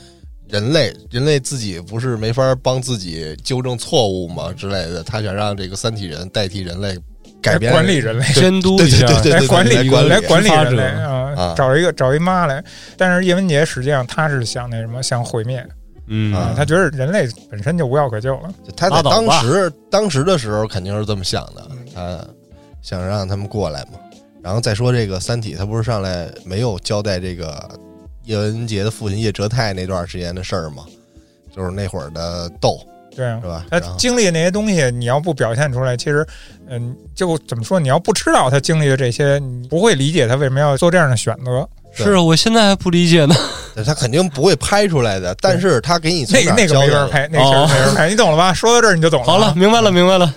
Speaker 2: 人类，人类自己不是没法帮自己纠正错误嘛之类的，他想让这个三体人代替人类改变
Speaker 1: 管理人类。
Speaker 3: 监督
Speaker 2: 对
Speaker 3: 嗯一
Speaker 2: 对
Speaker 3: 下，
Speaker 2: 对对
Speaker 1: 来管理
Speaker 2: 来管理
Speaker 1: 来管理
Speaker 3: 执法
Speaker 1: 人类
Speaker 3: 者
Speaker 1: 啊
Speaker 2: 啊，
Speaker 1: 找一个找一妈来。但是叶文洁实际上他是想那什么，想毁灭，
Speaker 3: 嗯
Speaker 2: 啊
Speaker 1: 他觉得人类本身就无药可救了。
Speaker 2: 他在
Speaker 3: 拉倒
Speaker 2: 当
Speaker 3: 吧
Speaker 2: 时当时的时候肯定是这么想的，他想让他们过来嘛。然后再说这个《三体》，他不是上来没有交代这个叶文洁的父亲叶哲泰那段时间的事儿吗？就是那会儿的斗
Speaker 1: 对啊
Speaker 2: 是，吧？
Speaker 1: 他
Speaker 2: 然后
Speaker 1: 经历那些东西，你要不表现出来，其实，嗯，就怎么说，你要不知道他经历的这些，你不会理解他为什么要做这样的选择。
Speaker 2: 对
Speaker 3: 是啊，我现在还不理解呢。
Speaker 2: 他肯定不会拍出来 的，但是他给你从
Speaker 1: 那
Speaker 2: 哪
Speaker 1: 个
Speaker 2: 儿
Speaker 1: 那个没
Speaker 2: 交代
Speaker 1: 法
Speaker 2: 了？
Speaker 1: 拍，那个确实没法拍，你懂了吧？说到这儿你就懂
Speaker 3: 好了，
Speaker 1: 了。啊
Speaker 3: 明白了，明白了。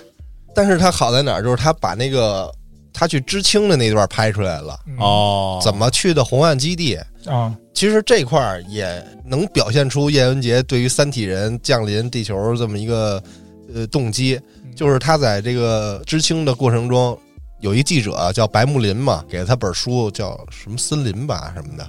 Speaker 2: 但是他好在哪儿？就是他把那个他去知青的那段拍出来了，
Speaker 1: 嗯
Speaker 3: 哦，
Speaker 2: 怎么去的红岸基地，
Speaker 1: 啊，
Speaker 2: 其实这块儿也能表现出叶文洁对于三体人降临地球这么一个呃动机，
Speaker 1: 嗯
Speaker 2: 就是他在这个知青的过程中，有一记者叫白木林嘛，给了他本书叫什么森林吧什么的，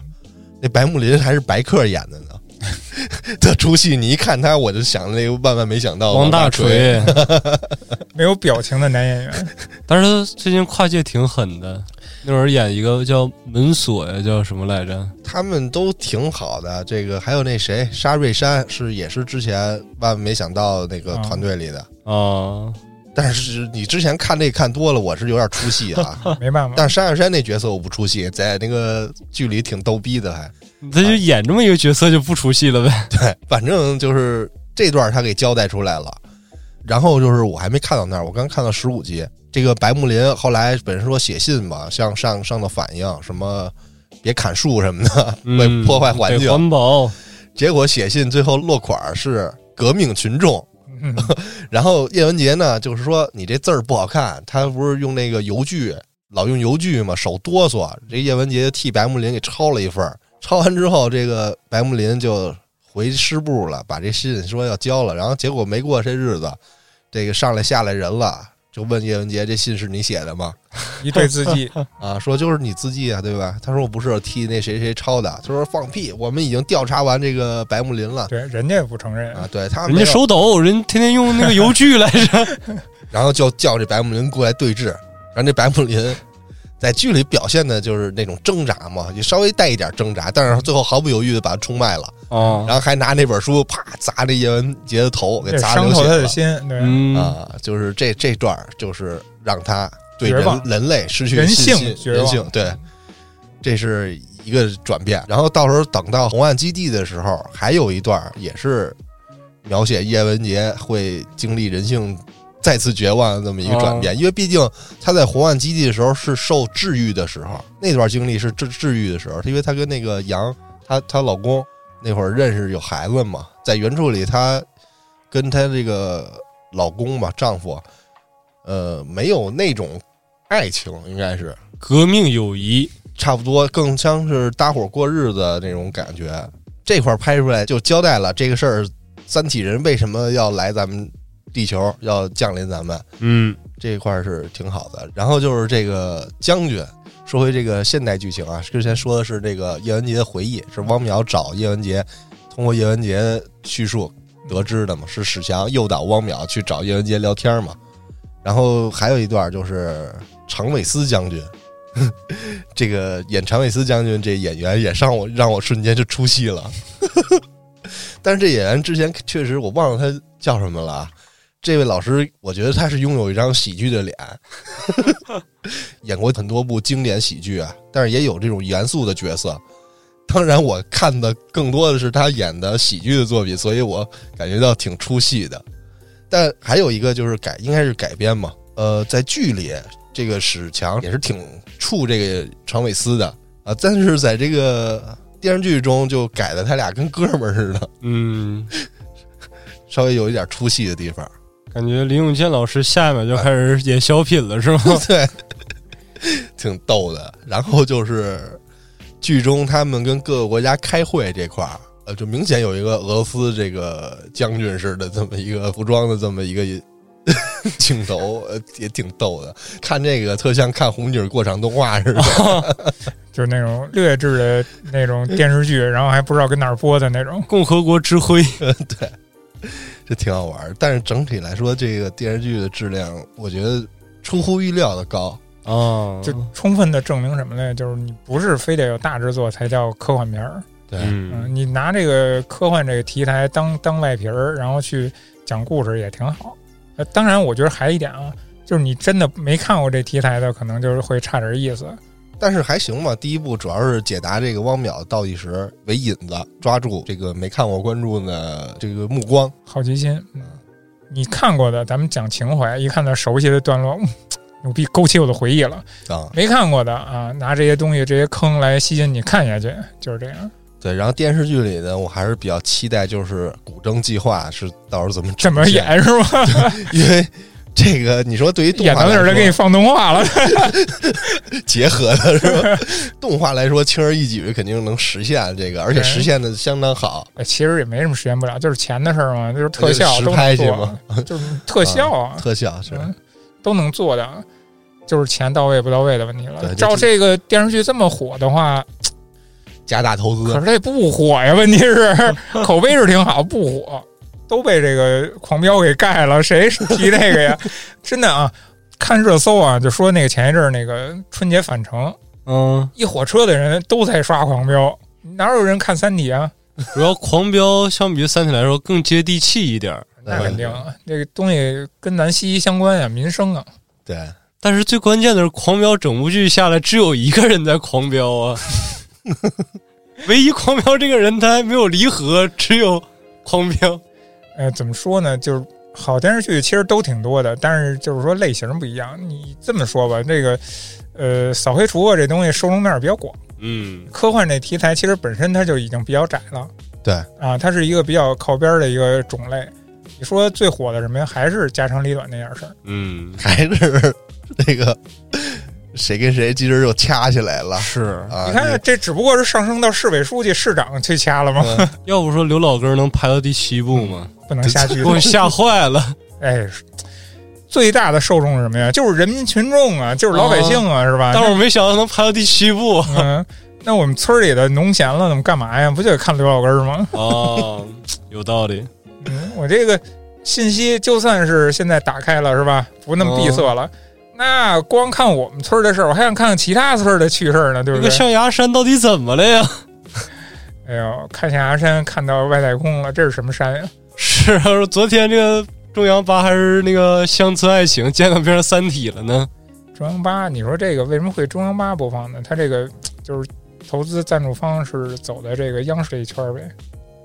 Speaker 2: 那白木林还是白客演的呢， 的出戏，你一看他，我就想那个万万没想到
Speaker 3: 王
Speaker 2: 大
Speaker 3: 大
Speaker 2: 锤，
Speaker 3: 锤，
Speaker 1: 没有表情的男演员，
Speaker 3: 但是他最近跨界挺狠的，那会儿演一个叫门锁呀，叫什么来着？
Speaker 2: 他们都挺好的。这个还有那谁沙瑞山是也是之前万万没想到那个
Speaker 1: 啊
Speaker 2: 团队里的，
Speaker 3: 啊，
Speaker 2: 但是你之前看这看多了，我是有点出戏啊。
Speaker 1: 没办法。
Speaker 2: 但是沙瑞山 那角色我不出戏，在那个剧里挺逗逼的还，
Speaker 3: 他就演这么一个角色就不出戏了呗。
Speaker 2: 对，反正就是这段他给交代出来了。然后就是我还没看到那儿，我刚看到十五集。这个白木林后来本身说写信嘛，向上上头反映什么别砍树什么的，
Speaker 3: 嗯
Speaker 2: 会破坏环
Speaker 3: 得
Speaker 2: 境。
Speaker 3: 环保，
Speaker 2: 结果写信最后落款儿是革命群众。
Speaker 1: 嗯，
Speaker 2: 然后叶文洁呢，就是说你这字儿不好看，他不是用那个油锯，老用油锯嘛，手哆嗦。这叶文洁就替白木林给抄了一份儿，抄完之后，这个白木林就回师部了，把这信说要交了。然后结果没过这日子，这个上来下来人了，就问叶文洁这信是你写的吗？
Speaker 1: 一对字迹，
Speaker 2: 啊，说就是你自己啊，对吧？他说我不是我替那谁谁抄的，他说放屁，我们已经调查完这个白木林了
Speaker 1: 对，人家也不承认。
Speaker 2: 啊，对他们
Speaker 3: 人家
Speaker 2: 没有
Speaker 3: 手抖，人天天用那个油锯来 着。
Speaker 2: 然后就叫这白木林过来对峙，然后这白木林在剧里表现的就是那种挣扎嘛，就稍微带一点挣扎，但是最后毫不犹豫的把他冲迈了，
Speaker 3: 啊
Speaker 2: 然后还拿那本书啪砸这叶文洁的头，给
Speaker 1: 这
Speaker 2: 砸流
Speaker 1: 伤透他的
Speaker 2: 血
Speaker 1: 心，对，
Speaker 3: 嗯
Speaker 2: 了啊！就是这这段儿就是让他对人
Speaker 1: 绝望
Speaker 2: 人类失去
Speaker 1: 人
Speaker 2: 信
Speaker 1: 性
Speaker 2: 心
Speaker 1: 绝望
Speaker 2: 人性对，这是一个转变。然后到时候等到红岸基地的时候，还有一段儿也是描写叶文洁会经历人性再次绝望的这么一个转变，因为毕竟他在红岸基地的时候是受治愈的时候，那段经历是治治愈的时候，是因为她跟那个杨，她她老公那会儿认识有孩子嘛，在原著里她跟她这个老公吧丈夫，呃，没有那种爱情，应该是
Speaker 3: 革命友谊，
Speaker 2: 差不多更像是搭伙过日子的那种感觉。这块儿拍出来就交代了这个事儿，三体人为什么要来咱们地球，要降临咱们
Speaker 3: 嗯，
Speaker 2: 这一块儿是挺好的。然后就是这个将军，说回这个现代剧情啊，之前说的是这个叶文洁的回忆，是汪淼找叶文洁，通过叶文洁叙述得知的嘛，是史强诱导汪淼去找叶文洁聊天嘛。然后还有一段就是常伟思将军，这个演常伟思将军这演员也让我让我瞬间就出戏了。 但是这演员之前确实我忘了他叫什么了啊。这位老师，我觉得他是拥有一张喜剧的脸，演过很多部经典喜剧啊，但是也有这种严肃的角色。当然，我看的更多的是他演的喜剧的作品，所以我感觉到挺出戏的。但还有一个就是改，应该是改编嘛。呃，在剧里，这个史强也是挺怵这个常伟思的啊，但是在这个电视剧中就改的他俩跟哥们儿似的，
Speaker 3: 嗯，
Speaker 2: 稍微有一点出戏的地方。
Speaker 3: 感觉林永健老师下一秒就开始演小品了， 是吗？
Speaker 2: 对，挺逗的。然后就是剧中他们跟各个国家开会这块儿，呃，就明显有一个俄罗斯这个将军似的这么一个服装的这么一个 镜头，呃，也挺逗的。看这个特像看红警过场动画似的。
Speaker 1: 就是那种劣质的那种电视剧，然后还不知道跟哪儿播的那种。
Speaker 3: 共和国之辉，
Speaker 2: 对，这挺好玩儿。但是整体来说，这个电视剧的质量，我觉得出乎预料的高。
Speaker 3: 啊，
Speaker 1: 就充分的证明什么呢？就是你不是非得有大制作才叫科幻片儿，
Speaker 2: 对，
Speaker 3: 嗯
Speaker 1: 嗯，你拿这个科幻这个题材当当外皮儿，然后去讲故事也挺好。呃，当然，我觉得还一点啊，就是你真的没看过这题材的，可能就是会差点意思。
Speaker 2: 但是还行吧。第一部主要是解答这个汪淼倒计时为引子，抓住这个没看过观众的这个目光。
Speaker 1: 好奇心，嗯，你看过的，咱们讲情怀，一看到熟悉的段落，嗯牛逼，勾起我的回忆了。
Speaker 2: 啊，
Speaker 1: 没看过的啊，拿这些东西、这些坑来吸引你看下去，就是这样。
Speaker 2: 对。然后电视剧里呢，我还是比较期待，就是古筝计划是到时候怎么
Speaker 1: 怎么
Speaker 2: 呈现，
Speaker 1: 演是 吧？
Speaker 2: 因为。这个你说对于动
Speaker 1: 演
Speaker 2: 画
Speaker 1: 到那儿
Speaker 2: 来
Speaker 1: 就给你
Speaker 2: 说
Speaker 1: 放动画了，
Speaker 2: 结合的是吧？动画来说轻而易举肯定能实现这个，而且
Speaker 1: 对
Speaker 2: 实现的相当好。
Speaker 1: 哎其实也没什么实现不了，就是钱的事儿嘛，就是特效
Speaker 2: 就是
Speaker 1: 都
Speaker 2: 实拍
Speaker 1: 能
Speaker 2: 去
Speaker 1: 做， 就是特效啊，
Speaker 2: 特效是吧，
Speaker 1: 嗯都能做的，就是钱到位不到位的问题
Speaker 2: 对
Speaker 1: 了。
Speaker 2: 就
Speaker 1: 照
Speaker 2: 是
Speaker 1: 这个电视剧这么火的话，
Speaker 2: 加大投资
Speaker 1: 可。是这不火呀，问题 是口碑是挺好，不火，都被这个狂飙给盖了，谁提这个呀？ 真的啊，看热搜啊，就说那个前一阵儿那个春节返程，
Speaker 3: 嗯，
Speaker 1: 一火车的人都在刷狂飙，哪有人看三体啊？
Speaker 3: 主要狂飙相比于三体来说更接地气一点儿，
Speaker 1: 那肯定，啊，这个东西跟咱息息相关呀、民生啊。
Speaker 2: 对，
Speaker 3: 但是最关键的是，狂飙整部剧下来只有一个人在狂飙 啊，唯一狂飙这个人他还没有离合，只有狂飙。
Speaker 1: 呃，怎么说呢？就是好电视剧其实都挺多的，但是就是说类型不一样。你这么说吧，这个呃，扫黑除恶这东西受众面儿比较广。
Speaker 3: 嗯
Speaker 1: 科幻这题材其实本身它就已经比较窄了，
Speaker 2: 对
Speaker 1: 啊，它是一个比较靠边儿的一个种类。你说最火的什么呀？还是家长里短那点事儿。
Speaker 3: 嗯，
Speaker 2: 还是 那个谁跟谁今儿又掐起来了
Speaker 3: 是。
Speaker 2: 啊？
Speaker 1: 你看，这只不过是上升到市委书记、市长去掐了吗？
Speaker 2: 嗯
Speaker 3: 要不说刘老根能排到第七部吗？
Speaker 1: 不能瞎剧
Speaker 3: 给
Speaker 1: 透
Speaker 3: 我。吓坏了。
Speaker 1: 哎，最大的受众是什么呀？就是人民群众啊，就是老百姓啊，是吧？
Speaker 3: 但是我没想到能排到第七部啊！
Speaker 1: 嗯，那我们村里的农闲了，怎么干嘛呀？不就得看刘老根儿吗？
Speaker 3: 哦 有道理。
Speaker 1: 嗯，我这个信息就算是现在打开了，是吧？不那么闭塞
Speaker 2: 哦
Speaker 1: 了。那光看我们村儿的事儿，我还想看看其他村儿的趣事儿呢，对
Speaker 3: 这
Speaker 1: 不
Speaker 3: 个
Speaker 1: 对？
Speaker 3: 象牙山到底怎么了呀？
Speaker 1: 哎呦，看象牙山看到外太空了，这是什么山呀？
Speaker 3: 是啊，说昨天这个中央八还是那个乡村爱情，见到变成三体了呢。
Speaker 1: 中央八，你说这个为什么会中央八播放呢？它这个就是投资赞助方是走的这个央视这一圈儿呗，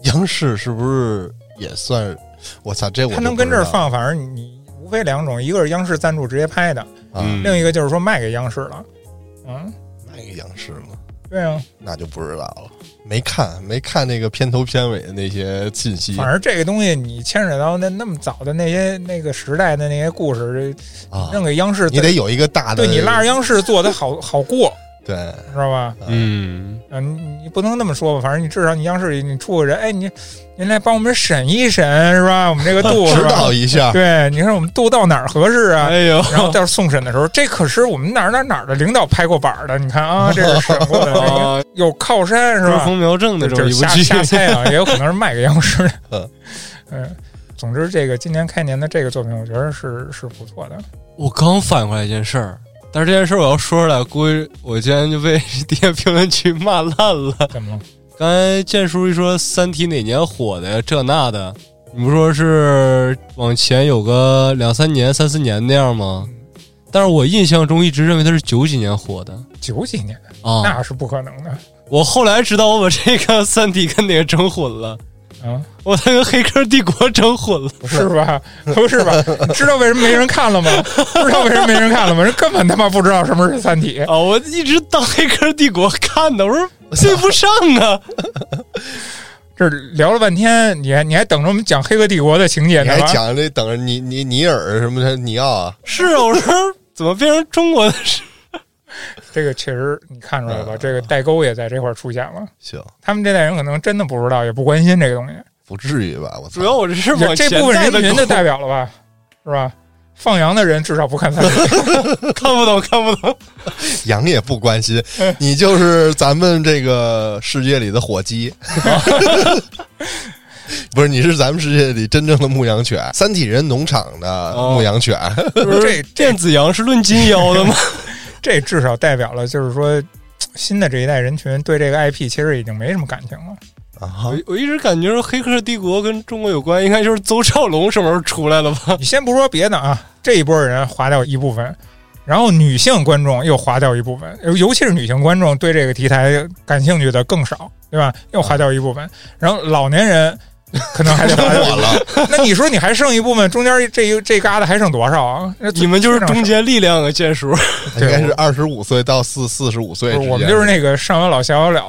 Speaker 2: 央视是不是也算？我操，这我
Speaker 1: 它
Speaker 2: 就
Speaker 1: 能
Speaker 2: 不
Speaker 1: 跟
Speaker 2: 知
Speaker 1: 这儿
Speaker 2: 道
Speaker 1: 放，反正你你无非两种，一个是央视赞助直接拍的，
Speaker 2: 啊？
Speaker 1: 另一个就是说卖给央视了。嗯，
Speaker 2: 那个央视吗？
Speaker 1: 对啊，
Speaker 2: 那就不知道了，没看没看那个片头片尾的那些信息
Speaker 1: 反正这个东西你牵扯到那那么早的那些那个时代的那些故事，
Speaker 2: 啊
Speaker 1: 这，弄给央视，
Speaker 2: 你得有一个大的，
Speaker 1: 对你拉着央视做的好好过，
Speaker 2: 对
Speaker 1: 知道吧？
Speaker 3: 嗯，
Speaker 1: 嗯，你你不能那么说吧，反正你至少你央视你出个人，哎，你您来帮我们审一审是吧？我们这个 度是
Speaker 2: 指
Speaker 1: 吧？
Speaker 2: 导一下，
Speaker 1: 对，你看我们度到哪儿合适啊？
Speaker 3: 哎呦，
Speaker 1: 然后到送审的时候，这可是我们哪儿哪儿哪儿的领导拍过板儿的，你看啊，这是审过的，这个
Speaker 3: 啊，
Speaker 1: 有靠山是
Speaker 3: 是
Speaker 1: 吧？
Speaker 3: 风苗正的这
Speaker 1: 就是
Speaker 3: 么一部
Speaker 1: 瞎
Speaker 3: 剧，
Speaker 1: 瞎 猜啊，也有可能是卖给央视的。
Speaker 2: 嗯
Speaker 1: 嗯，总之这个今年开年的这个作品，我觉得是是不错的。
Speaker 3: 我刚反应过来一件事儿，但是这件事儿我要说出来，估计我今天就被 底下评论区骂烂了。
Speaker 1: 怎么了？
Speaker 3: 刚才建叔一说《三体》哪年火的呀，这那的，你不说是往前有个两三年、三四年那样吗？
Speaker 1: 嗯
Speaker 3: 但是我印象中一直认为它是九几年火的
Speaker 1: 九几年
Speaker 2: 哦
Speaker 3: 啊。
Speaker 1: 那是不可能的
Speaker 3: 我后来知道我把这个《三体》跟哪个整混了，
Speaker 1: 啊，
Speaker 3: 我那个《黑客帝国》整混了。
Speaker 1: 不是吧？不是吧？你知道为什么没人看了吗？不知道为什么没人看了吗？人根本他妈不知道什么是《三
Speaker 2: 哦
Speaker 1: 体》。
Speaker 3: 啊，我一直当《黑客帝国》看的，我说对不上啊。
Speaker 1: 这聊了半天，你还你还等着我们讲《黑客帝国》的情节
Speaker 2: 你
Speaker 1: 呢
Speaker 2: 还
Speaker 1: 吧？
Speaker 2: 讲这等着尼尼尼尔什么的尼奥啊？
Speaker 3: 是啊，我说怎么变成中国的事？
Speaker 1: 这个确实你看出来了吧？
Speaker 2: 嗯
Speaker 1: 这个代沟也在这块儿出现了。
Speaker 2: 行，
Speaker 1: 他们这代人可能真的不知道，也不关心这个东西。
Speaker 2: 不至于吧？我操
Speaker 3: 主要我 这是往
Speaker 1: 这
Speaker 3: 前
Speaker 1: 部分
Speaker 3: 带
Speaker 1: 人群
Speaker 3: 的
Speaker 1: 的代表了吧，是吧？放羊的人至少不看 三体，
Speaker 3: 看不懂，看不 懂。
Speaker 2: 羊也不关心，你就是咱们这个世界里的 火鸡，不是？你是咱们世界里真正的牧羊犬，三体人农场的
Speaker 1: 哦
Speaker 2: 牧羊犬。
Speaker 3: 不
Speaker 1: 这
Speaker 3: 是电子羊是论 斤腰的吗？
Speaker 1: 这至少代表了就是说，新的这一代人群对这个 IP 其实已经没什么感情了。
Speaker 2: 啊
Speaker 3: 我我一直感觉《黑客帝国》跟中国有关，应该就是邹兆龙什么时候出来了吧？
Speaker 1: 你先不说别的啊，这一波人划掉一部分，然后女性观众又划掉一部分，尤尤其是女性观众对这个题材感兴趣的更少，对吧？又划掉一部分，然后老年人。可能还得划 掉一部
Speaker 2: 我了，
Speaker 1: 分，那你说你还剩一部分，中间这一这旮瘩还剩多少啊？那
Speaker 3: 你们就是中间力量啊，建叔。
Speaker 2: 应该是二十五岁到四四十五岁
Speaker 1: 不
Speaker 2: 之
Speaker 1: 是
Speaker 2: 间。
Speaker 1: 我们就是那个上有老下有了，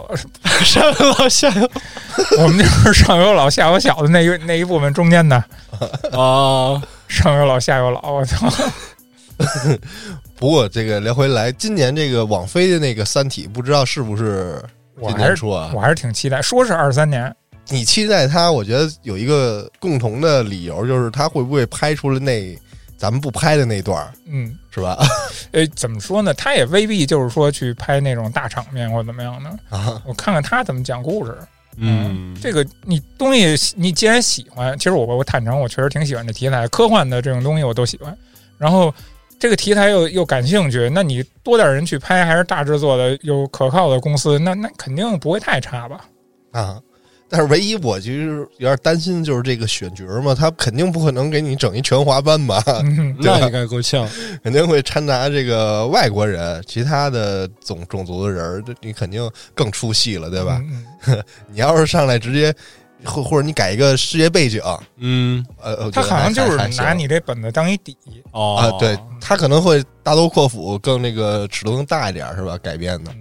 Speaker 3: 上有老下 有
Speaker 1: 我们就是 上有老下有小的那一那一部分中间的，
Speaker 3: 啊，
Speaker 1: 上有老下有老，我操！
Speaker 2: 不过这个聊回来，今年这个网飞的那个《三体》，不知道是不是
Speaker 1: 我
Speaker 2: 今
Speaker 1: 还
Speaker 2: 年
Speaker 1: 是
Speaker 2: 出啊？
Speaker 1: 我还是挺期待，说是二三年，
Speaker 2: 你期待它，我觉得有一个共同的理由，就是它会不会拍出了那咱们不拍的那段儿
Speaker 1: 嗯，
Speaker 2: 是吧？
Speaker 1: 呃，怎么说呢？他也未必就是说去拍那种大场面或怎么样的。
Speaker 2: 啊，
Speaker 1: 我看看他怎么讲故事。
Speaker 3: 嗯，
Speaker 1: 这个你东西，你既然喜欢，其实我我坦诚，我确实挺喜欢这题材，科幻的这种东西我都喜欢。然后这个题材又又感兴趣，那你多点人去拍，还是大制作的有可靠的公司，那那肯定不会太差吧？
Speaker 2: 啊。但是唯一我就是有点担心，就是这个选角嘛，他肯定不可能给你整一全华班吧，
Speaker 1: 嗯，
Speaker 3: 那应该够呛。
Speaker 2: 肯定会掺杂这个外国人、其他的种种族的人儿，这你肯定更出戏了，对吧？
Speaker 1: 嗯？嗯
Speaker 2: 你要是上来直接，或或者你改一个世界背景，
Speaker 3: 嗯，
Speaker 2: 呃，我
Speaker 1: 他
Speaker 2: 觉得
Speaker 1: 好像
Speaker 2: 还
Speaker 1: 就是
Speaker 2: 还行
Speaker 1: 拿你这本子当一底，
Speaker 3: 哦，
Speaker 2: 啊，对他可能会大刀阔斧，更那个尺度更大一点儿，是吧？改编的，
Speaker 1: 嗯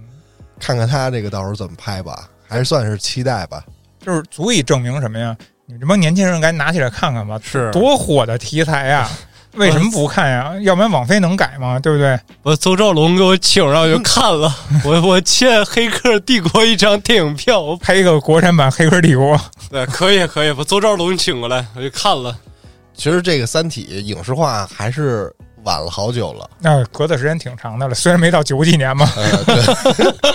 Speaker 2: 看看他这个到时候怎么拍吧，还是算是期待吧。
Speaker 1: 就是足以证明什么呀？你这帮年轻人该拿起来看看吧，
Speaker 3: 是
Speaker 1: 多火的题材 呀！为什么不看呀？要不然网飞能改吗？对不对？
Speaker 3: 我邹兆龙给我请上，我就看了。我我欠《黑客帝国》一张电影票，我
Speaker 1: 拍一个国产版《黑客帝国》，
Speaker 3: 对，可以可以，把邹兆龙请过来，我就看了。
Speaker 2: 其实这个《三体》影视化还是晚了好久了，
Speaker 1: 那隔的时间挺长的了，虽然没到九几年嘛，
Speaker 2: 呃，对，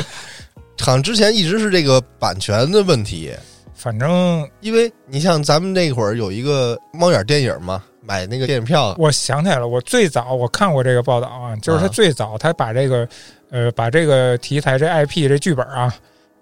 Speaker 2: 好像之前一直是这个版权的问题，
Speaker 1: 反正
Speaker 2: 因为你像咱们那会儿有一个猫眼电影嘛，买那个电影票，
Speaker 1: 我想起来了，我最早我看过这个报道啊，就是他
Speaker 2: 啊
Speaker 1: 最早他把这个，呃，把这个题材这 IP 这剧本啊，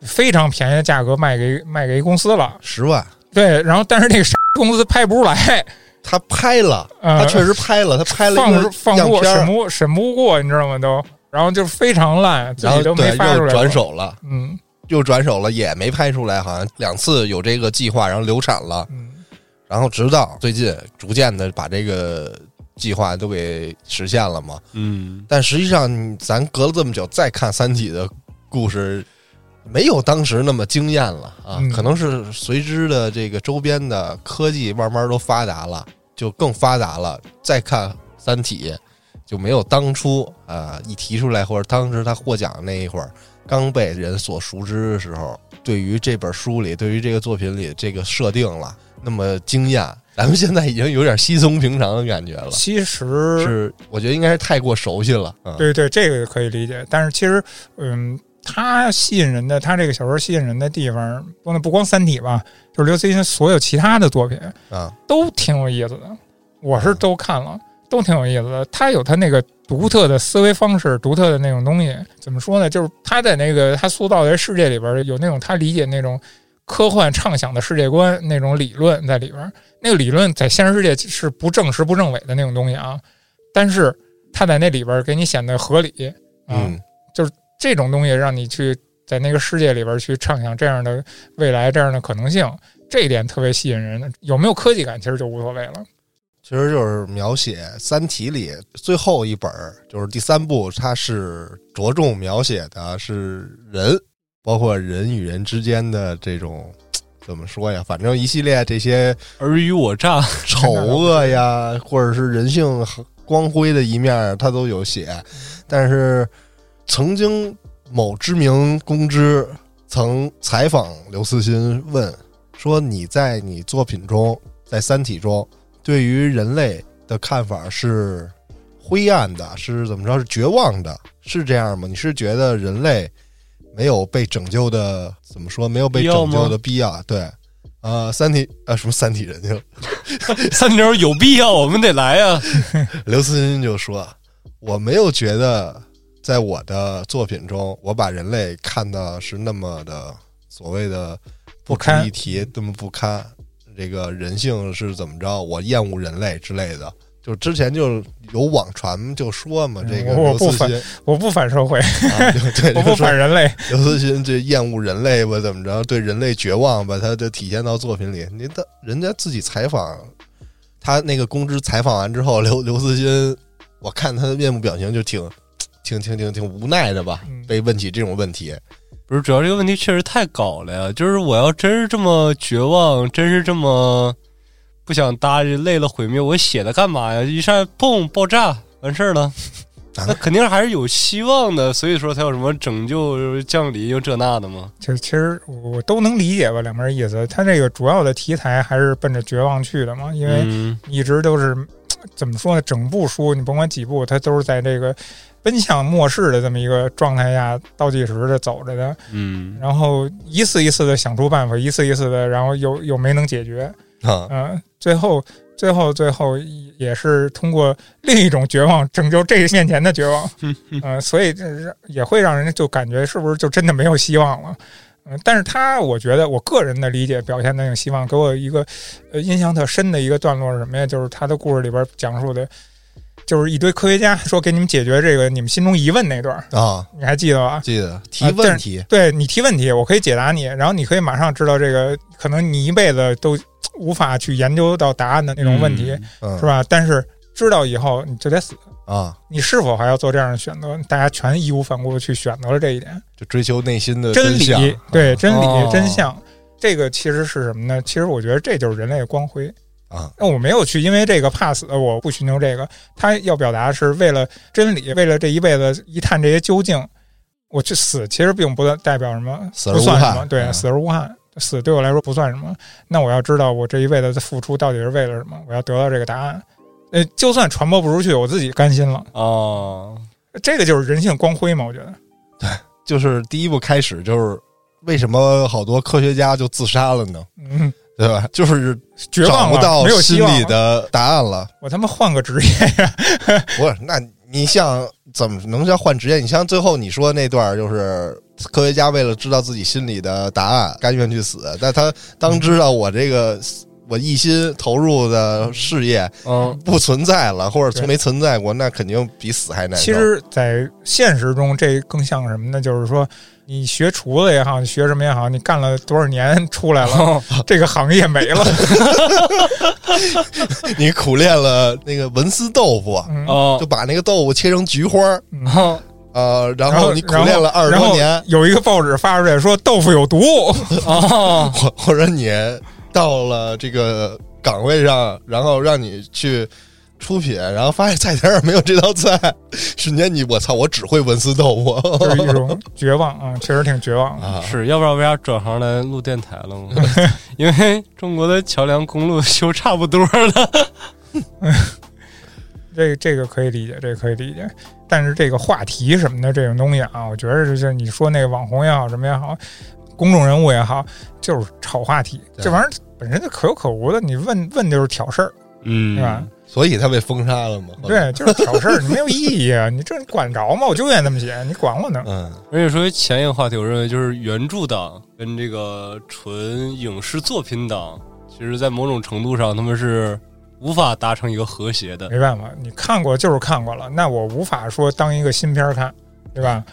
Speaker 1: 非常便宜的价格卖给卖给一公司了，
Speaker 2: 十万，
Speaker 1: 对，然后但是那个公司拍不出来，
Speaker 2: 他拍了，
Speaker 1: 呃，
Speaker 2: 他确实拍了，他拍了一
Speaker 1: 放
Speaker 2: 个
Speaker 1: 不放
Speaker 2: 样
Speaker 1: 不
Speaker 2: 片
Speaker 1: 审
Speaker 2: 儿，
Speaker 1: 不审不过，你知道吗？都，然后就非常烂，自
Speaker 2: 然后
Speaker 1: 己都没
Speaker 2: 对
Speaker 1: 发出
Speaker 2: 又
Speaker 1: 来，
Speaker 2: 转，手了。
Speaker 1: 嗯
Speaker 2: 又转手了，也没拍出来，好像两次有这个计划，然后流产了，
Speaker 1: 嗯，
Speaker 2: 然后直到最近逐渐的把这个计划都给实现了嘛。
Speaker 3: 嗯，
Speaker 2: 但实际上，你咱隔了这么久再看《三体》的故事，没有当时那么惊艳了啊，
Speaker 1: 嗯
Speaker 2: 可能是随之的这个周边的科技慢慢都发达了，就更发达了。再看《三体》，就没有当初啊、一提出来或者当时他获奖那一会儿刚被人所熟知的时候，对于这本书里、对于这个作品里这个设定了那么惊艳。咱们现在已经有点稀松平常的感觉了，
Speaker 1: 其实
Speaker 2: 是啊我觉得应该是太过熟悉了。嗯、
Speaker 1: 对对，这个可以理解。但是其实，嗯，他吸引人的，他这个小说吸引人的地方，不能不光《三体》吧，就是刘慈欣所有其他的作品
Speaker 2: 啊，
Speaker 1: 都挺有意思的。我是都看了，都挺有意思的。他有他那个独特的思维方式，独特的那种东西。怎么说呢？就是他在那个他塑造的世界里边，有那种他理解那种科幻畅想的世界观那种理论在里边。那个理论在现实世界是不证实、不证伪的那种东西啊，但是他在那里边给你显得合理。啊、
Speaker 2: 嗯，
Speaker 1: 这种东西让你去在那个世界里边去畅想这样的未来、这样的可能性，这一点特别吸引人。有没有科技感其实就无所谓了。
Speaker 2: 其实就是描写《三体》里最后一本儿，就是第三部，它是着重描写的是人，包括人与人之间的这种怎么说呀？反正一系列这些
Speaker 3: 尔虞我诈，
Speaker 2: 丑恶呀，或者是人性光辉的一面儿，它都有写。但是，曾经某知名公知曾采访刘慈欣，问说：“你在你作品中，在《三体》中，对于人类的看法是灰暗的，是怎么着？是绝望的，是这样吗？你是觉得人类没有被拯救的，怎么说？没有被
Speaker 3: 必要
Speaker 2: 拯
Speaker 3: 吗
Speaker 2: 救的必要？对。”啊，三体啊，什么三体人去了？
Speaker 3: 三牛有必要，我们得来啊呀、
Speaker 2: 刘慈欣就说：“我没有觉得，在我的作品中，我把人类看的是那么的所谓的不值一提，那么不堪。这个人性是怎么着？我厌恶人类之类的。就之前就有网传就说嘛，
Speaker 1: 嗯
Speaker 2: 这个
Speaker 1: 我
Speaker 2: 刘
Speaker 1: 不
Speaker 2: 慈
Speaker 1: 反
Speaker 2: 欣，
Speaker 1: 我不反社会，
Speaker 2: 啊、就 对，
Speaker 1: 我
Speaker 2: 就
Speaker 1: 不
Speaker 2: 说
Speaker 1: 反人类。
Speaker 2: 刘慈欣这厌恶人类吧，怎么着？对人类绝望吧，他就体现到作品里。你的人家自己采访，他那个公知采访完之后，刘刘慈欣，我看他的面部表情就挺挺挺挺挺无奈的吧
Speaker 1: 嗯，
Speaker 2: 被问起这种问题。
Speaker 3: 不是，主要这个问题确实太搞了呀！就是我要真是这么绝望，真是这么不想搭理，累了毁灭，我写它干嘛呀？一上来嘣爆炸，完事儿了，
Speaker 2: 啊
Speaker 3: 那肯定还是有希望的。所以说才有什么拯救降临又这那的嘛。
Speaker 1: 就其实我都能理解吧，两边意思。他这个主要的题材还是奔着绝望去的嘛，因为
Speaker 3: 嗯，
Speaker 1: 一直都是嘖怎么说呢？整部书你甭管几部，它都是在这个奔向末世的这么一个状态下倒计时的走着的，
Speaker 3: 嗯，
Speaker 1: 然后一次一次的想出办法，一次一次的，然后又又没能解决，
Speaker 2: 啊，
Speaker 1: 嗯、最后最后最后也是通过另一种绝望拯救这面前的绝望，嗯、所以这是也会让人就感觉是不是就真的没有希望了。嗯，但是他，我觉得我个人的理解表现的那个希望，给我一个呃印象特深的一个段落是什么呀？就是他的故事里边讲述的，就是一堆科学家说给你们解决这个你们心中疑问那段儿，
Speaker 2: 啊，
Speaker 1: 你还记得吧？
Speaker 2: 记得提
Speaker 1: 啊但
Speaker 2: 问
Speaker 1: 是
Speaker 2: 题
Speaker 1: 对你提问题，我可以解答你，然后你可以马上知道这个可能你一辈子都无法去研究到答案的那种问题，
Speaker 2: 嗯
Speaker 1: 是吧？但是知道以后你就得死，
Speaker 2: 啊，
Speaker 1: 你是否还要做这样的选择？大家全义无反顾的去选择了这一点，
Speaker 2: 就追求内心的
Speaker 1: 真
Speaker 2: 相啊
Speaker 1: 理，对真理、
Speaker 3: 哦
Speaker 1: 真相，这个其实是什么呢？其实我觉得这就是人类的光辉。
Speaker 2: 啊，
Speaker 1: 那我没有去因为这个怕死，我不寻求这个。他要表达的是为了真理，为了这一辈子一探这些究竟，我去死，其实并不代表什么，
Speaker 2: 死而
Speaker 1: 不算
Speaker 2: 无
Speaker 1: 什
Speaker 2: 憾
Speaker 1: 么，对，
Speaker 2: 嗯
Speaker 1: 死而无憾，死对我来说不算什么。那我要知道我这一辈子的付出到底是为了什么，我要得到这个答案。呃，就算传播不出去，我自己甘心了。
Speaker 3: 哦，
Speaker 1: 这个就是人性光辉嘛，我觉得。
Speaker 2: 就是第一步开始就是为什么好多科学家就自杀了呢？
Speaker 1: 嗯，
Speaker 2: 对吧？就是
Speaker 1: 绝
Speaker 2: 找
Speaker 1: 望
Speaker 2: 不
Speaker 1: 了，
Speaker 2: 到
Speaker 1: 没有希
Speaker 2: 心
Speaker 1: 望
Speaker 2: 里
Speaker 1: 了。
Speaker 2: 的答案了。
Speaker 1: 我他妈换个职 业，
Speaker 2: 不是，那你像怎么能叫换职业？你像最后你说那段，就是科学家为了知道自己心里的答案，甘愿去死。但他当知道我这个我一心投入的事业
Speaker 3: 嗯，
Speaker 2: 不存在了，或者
Speaker 1: 对
Speaker 2: 从没存在过，那肯定比死还难受。
Speaker 1: 其实，在现实中，这更像什么呢？就是说，你学厨子也好，你学什么也好，你干了多少年出来了，
Speaker 2: 哦
Speaker 1: 这个行业没 了。
Speaker 2: 你苦练了那个文思豆腐，
Speaker 1: 嗯，
Speaker 3: 哦
Speaker 2: 就，把那个豆腐切成菊花儿，
Speaker 3: 哦，
Speaker 2: 呃，然
Speaker 1: 然后
Speaker 2: 后你苦练了二十
Speaker 1: 然后
Speaker 2: 多年，
Speaker 1: 有一个报纸发出来说豆腐有 毒，
Speaker 3: 哦，
Speaker 2: 或或者你到了这个岗位上，然后让你去出品，然后发现菜单上没有这道菜，瞬间你我操，我只会文思豆腐
Speaker 1: 就是一种绝望啊，确实挺绝望的。
Speaker 2: 啊！
Speaker 3: 是要不然为啥转行来录电台了吗？因为中国的桥梁公路修差不多了。
Speaker 1: 这这个可以理解，这个可以理解。但是这个话题什么的这种东西啊，我觉得就是你说那个网红也好，什么也好，公众人物也好，就是炒话题，
Speaker 2: 对
Speaker 1: 这玩意儿本身就可有可无的，你问问就是挑事儿，
Speaker 3: 嗯
Speaker 1: 对吧？
Speaker 2: 所以他被封杀了嘛？，
Speaker 1: 对，就是挑事儿，你没有意义啊！你这你管着吗？我就愿意这么写，你管我呢？
Speaker 2: 嗯，
Speaker 3: 而且说前一个话题，我认为就是原著党跟这个纯影视作品党，其实在某种程度上他们是无法达成一个和谐的。
Speaker 1: 没办法，你看过就是看过了，那我无法说当一个新片儿看，对吧？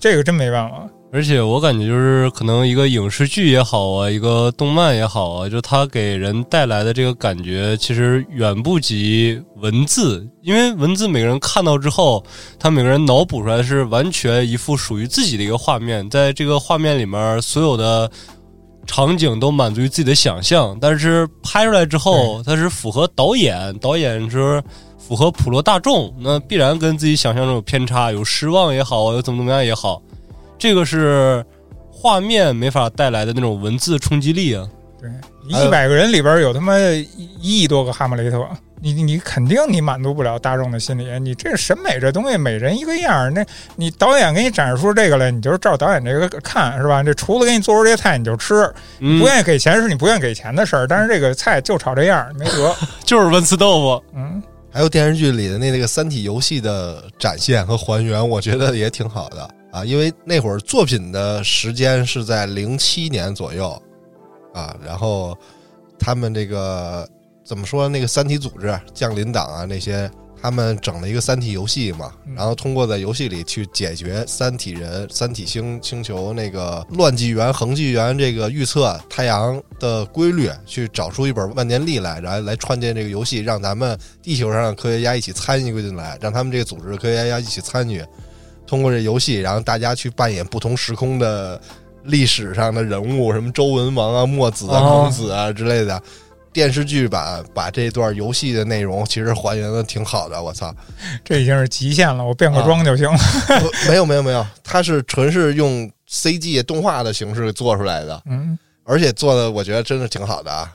Speaker 1: 这个真没办法。
Speaker 3: 而且我感觉就是可能一个影视剧也好啊，一个动漫也好啊，就它给人带来的这个感觉，其实远不及文字，因为文字每个人看到之后，他每个人脑补出来的是完全一副属于自己的一个画面，在这个画面里面所有的。场景都满足于自己的想象，但是拍出来之后，它是符合导演，导演是符合普罗大众，那必然跟自己想象中有偏差，有失望也好，有怎么怎么样也好，这个是画面没法带来的那种文字冲击力啊。
Speaker 1: 对，
Speaker 2: 还有
Speaker 1: 一百个人里边有他妈一亿多个哈姆雷特，你你你肯定你满足不了大众的心理，你这审美这东西每人一个样儿，那你导演给你展示出这个来，你就是照导演这个看是吧？这厨子给你做出这些菜你就吃，
Speaker 3: 嗯
Speaker 1: 不，愿意给钱是你不愿意给钱的事儿，但是这个菜就炒这样儿没辙，
Speaker 3: 就是文思豆腐。
Speaker 1: 嗯。
Speaker 2: 还有电视剧里的那那个《三体》游戏的展现和还原，我觉得也挺好的啊，因为那会儿作品的时间是在零七年左右啊，然后他们这个怎么说那个三体组织降临党啊那些，他们整了一个三体游戏嘛，
Speaker 1: 嗯
Speaker 2: 然后通过在游戏里去解决三体人、三体星星球那个呃乱纪元、恒纪元这个预测太阳的规律，去找出一本万年历来，然后来创建这个游戏，让咱们地球上的科学家一起参与进来，让他们这个组织的科学家一起参与。通过这游戏，然后大家去扮演不同时空的历史上的人物，什么周文王啊、墨子啊、
Speaker 3: 哦
Speaker 2: 孔子啊之类的。 电视剧版把这段游戏的内容其实还原的挺好的，我操！
Speaker 1: 这已经是极限了，我变个装就行了。
Speaker 2: 不没有没有没有，它是纯是用 CG 动画的形式做出来的，
Speaker 1: 嗯，
Speaker 2: 而且做的我觉得真的挺好的啊。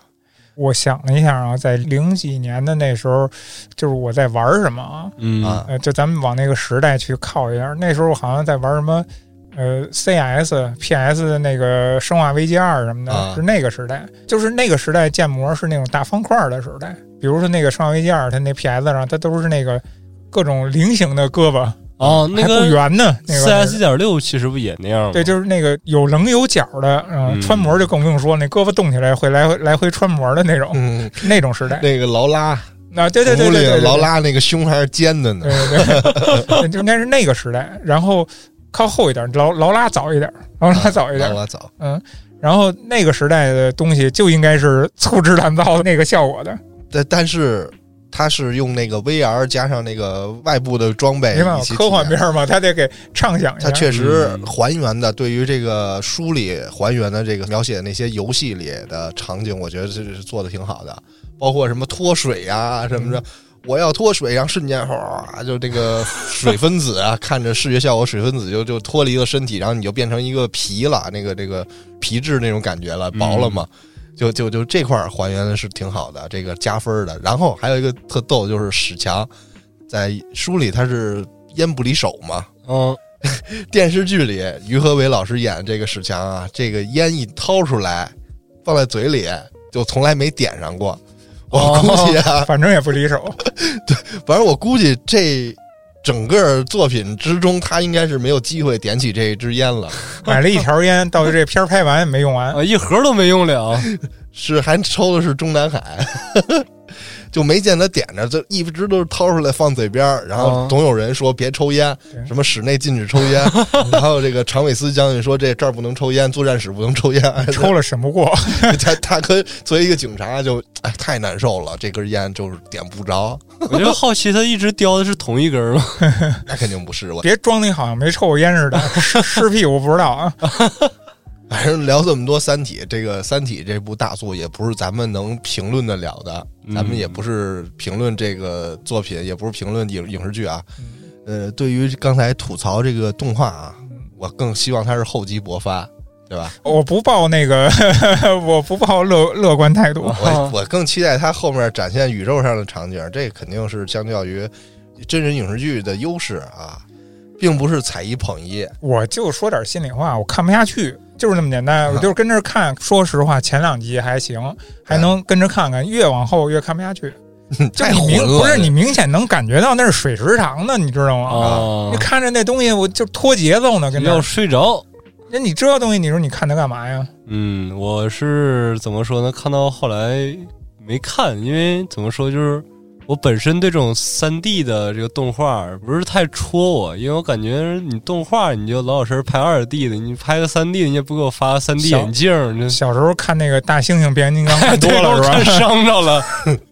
Speaker 1: 我想了一下啊，在零几年的那时候，就是我在玩什么啊？
Speaker 3: 嗯
Speaker 2: 啊，
Speaker 1: 呃，就咱们往那个时代去靠一下。那时候我好像在玩什么，呃，CS、PS 的那个《生化危机二》什么的，
Speaker 2: 啊
Speaker 1: 是那个时代。就是那个时代建模是那种大方块的时代，比如说那个《生化危机二》，它那 PS 上它都是那个各种菱形的胳膊，
Speaker 3: 哦，那
Speaker 1: 还不
Speaker 3: 个
Speaker 1: 圆呢。那个
Speaker 3: C
Speaker 1: 玩意儿
Speaker 3: S 一点六其实不也那样吗？
Speaker 1: 对，就是那个有棱有角的，嗯，
Speaker 3: 嗯
Speaker 1: 穿模就更不用说，那胳膊动起来会来回来回穿模的那种、
Speaker 2: 嗯，
Speaker 1: 那种时代。
Speaker 2: 那个劳拉，
Speaker 1: 啊，对对对对
Speaker 2: 屋里
Speaker 1: 对对，
Speaker 2: 劳拉那个胸还是尖的呢
Speaker 1: 对，对对，就应该是那个时代。然后靠后一点，劳劳拉早一点，劳拉早一
Speaker 2: 劳
Speaker 1: 点，
Speaker 2: 拉早，
Speaker 1: 嗯。然后那个时代的东西就应该是粗制滥造那个效果的，
Speaker 2: 但但是它是用那个 VR 加上那个外部的装备
Speaker 1: 没办
Speaker 2: 一
Speaker 1: 法，
Speaker 2: 起
Speaker 1: 科幻
Speaker 2: 体验
Speaker 1: 片嘛，它得给畅想一下。
Speaker 2: 它确实
Speaker 3: 嗯
Speaker 2: 还原的，对于这个书里还原的这个描写那些游戏里的场景，我觉得这是做的挺好的，包括什么脱水呀、什么的。我要脱水，然后瞬间哗，就这个水分子啊， 看着视觉效果，水分子就就脱离了身体，然后你就变成一个皮了，那个这个皮质那种感觉了，薄了嘛，就就就这块儿还原的是挺好的，这个加分儿的。然后还有一个特逗，就是史强在书里他是烟不离手嘛，
Speaker 3: 嗯，
Speaker 2: 电视剧里于和伟老师演这个史强啊，这个烟一掏出来，放在嘴里就从来没点上过。我
Speaker 3: 哦
Speaker 2: 估计啊，
Speaker 1: 反正也不离手，
Speaker 2: 反正我估计这整个作品之中，他应该是没有机会点起这支烟了，
Speaker 1: 买了一条烟，到这片儿拍完也没用完。
Speaker 3: 啊，一盒都没 用了，啊
Speaker 2: 是还抽的是中南海， 就没见他点着，就一直都是掏出来放嘴边儿，然后
Speaker 3: 哦
Speaker 2: 总有人说别抽烟，
Speaker 1: 对
Speaker 2: 什么室内禁止抽烟，然后这个常伟思将军说这这儿不能抽烟，作战室不能抽烟，
Speaker 1: 抽了审不过，
Speaker 2: 他他跟作为一个警察就哎太难受了，这根烟就是点不着，
Speaker 3: 我就好奇他一直叼的是同一根儿吗？
Speaker 2: 那肯定不是我。
Speaker 1: 别装的好像没抽过烟似的，湿湿屁股不知道啊。
Speaker 2: 反正聊这么多《三体》，这个《三体》这部大作也不是咱们能评论得了的，
Speaker 3: 嗯
Speaker 2: 咱们也不是评论这个作品，也不是评论影影视剧啊。
Speaker 1: 嗯
Speaker 2: 呃，对于刚才吐槽这个动画啊
Speaker 1: 嗯，
Speaker 2: 我更希望它是厚积薄发，对吧？
Speaker 1: 我不抱那个， 我不抱乐乐观态度。
Speaker 2: 我我更期待它后面展现宇宙上的场景，这肯定是相较于真人影视剧的优势啊，并不是踩一捧一。
Speaker 1: 我就说点心里话，我看不下去，就是那么简单。我就是跟着看，说实话，前两集还行，还能跟着看看，越往后越看不下去。就
Speaker 2: 太
Speaker 1: 你
Speaker 2: 混
Speaker 1: 明
Speaker 2: 了，
Speaker 1: 不是你明显能感觉到那是水时长的，你知道吗？
Speaker 3: 啊
Speaker 1: 你，看着那东西，我就拖节奏呢，跟
Speaker 3: 没有
Speaker 1: 那。
Speaker 3: 睡着。
Speaker 1: 那你这东西，你说你看它干嘛呀？
Speaker 3: 嗯，我是怎么说呢？看到后来没看，因为怎么说，就是我本身对这种三 D 的这个动画不是太戳我，因为我感觉你动画你就老老实实拍二 D 的，你拍个三 D 你也不给我发三 D
Speaker 1: 小
Speaker 3: 眼镜儿，你这
Speaker 1: 小时候看那个大猩猩变形金刚看多了
Speaker 3: 对
Speaker 1: 是吧？
Speaker 3: 看伤着了，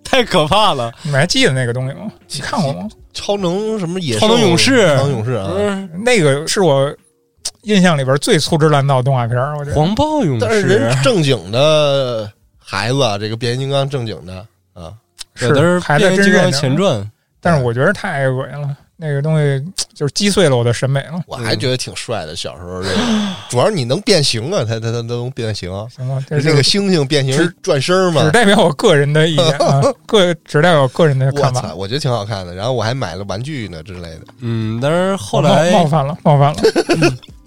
Speaker 3: 太可怕了。
Speaker 1: 你们还记得那个东西吗？你看过吗？
Speaker 2: 超能什么野
Speaker 3: 超能勇士
Speaker 2: 超能勇士啊，
Speaker 3: 嗯，
Speaker 1: 那个是我印象里边最粗制滥造的动画片儿，我觉得。
Speaker 3: 黄暴勇
Speaker 2: 但是
Speaker 3: 士
Speaker 2: 人正经的孩子啊，这个变形金刚正经的啊，
Speaker 3: 对都是
Speaker 1: 孩子
Speaker 3: 变
Speaker 1: 真
Speaker 3: 形金刚
Speaker 1: 认真啊
Speaker 3: 前传。
Speaker 1: 但是我觉得太恶心了，那个东西就是击碎了我的审美了。
Speaker 2: 我还觉得挺帅的。小时候这 个，主要是你能变形啊，他他他能变形啊，
Speaker 1: 行吧，这
Speaker 2: 那个猩猩变形
Speaker 1: 只
Speaker 2: 是转身儿嘛
Speaker 1: 只。代表我个人的意见 啊，个只代表我个人的
Speaker 2: 我
Speaker 1: 看法。
Speaker 2: 操，我觉得挺好看的。然后我还买了玩具呢之类的。
Speaker 3: 嗯，但是后
Speaker 1: 我冒
Speaker 3: 来
Speaker 1: 冒犯了，冒犯了。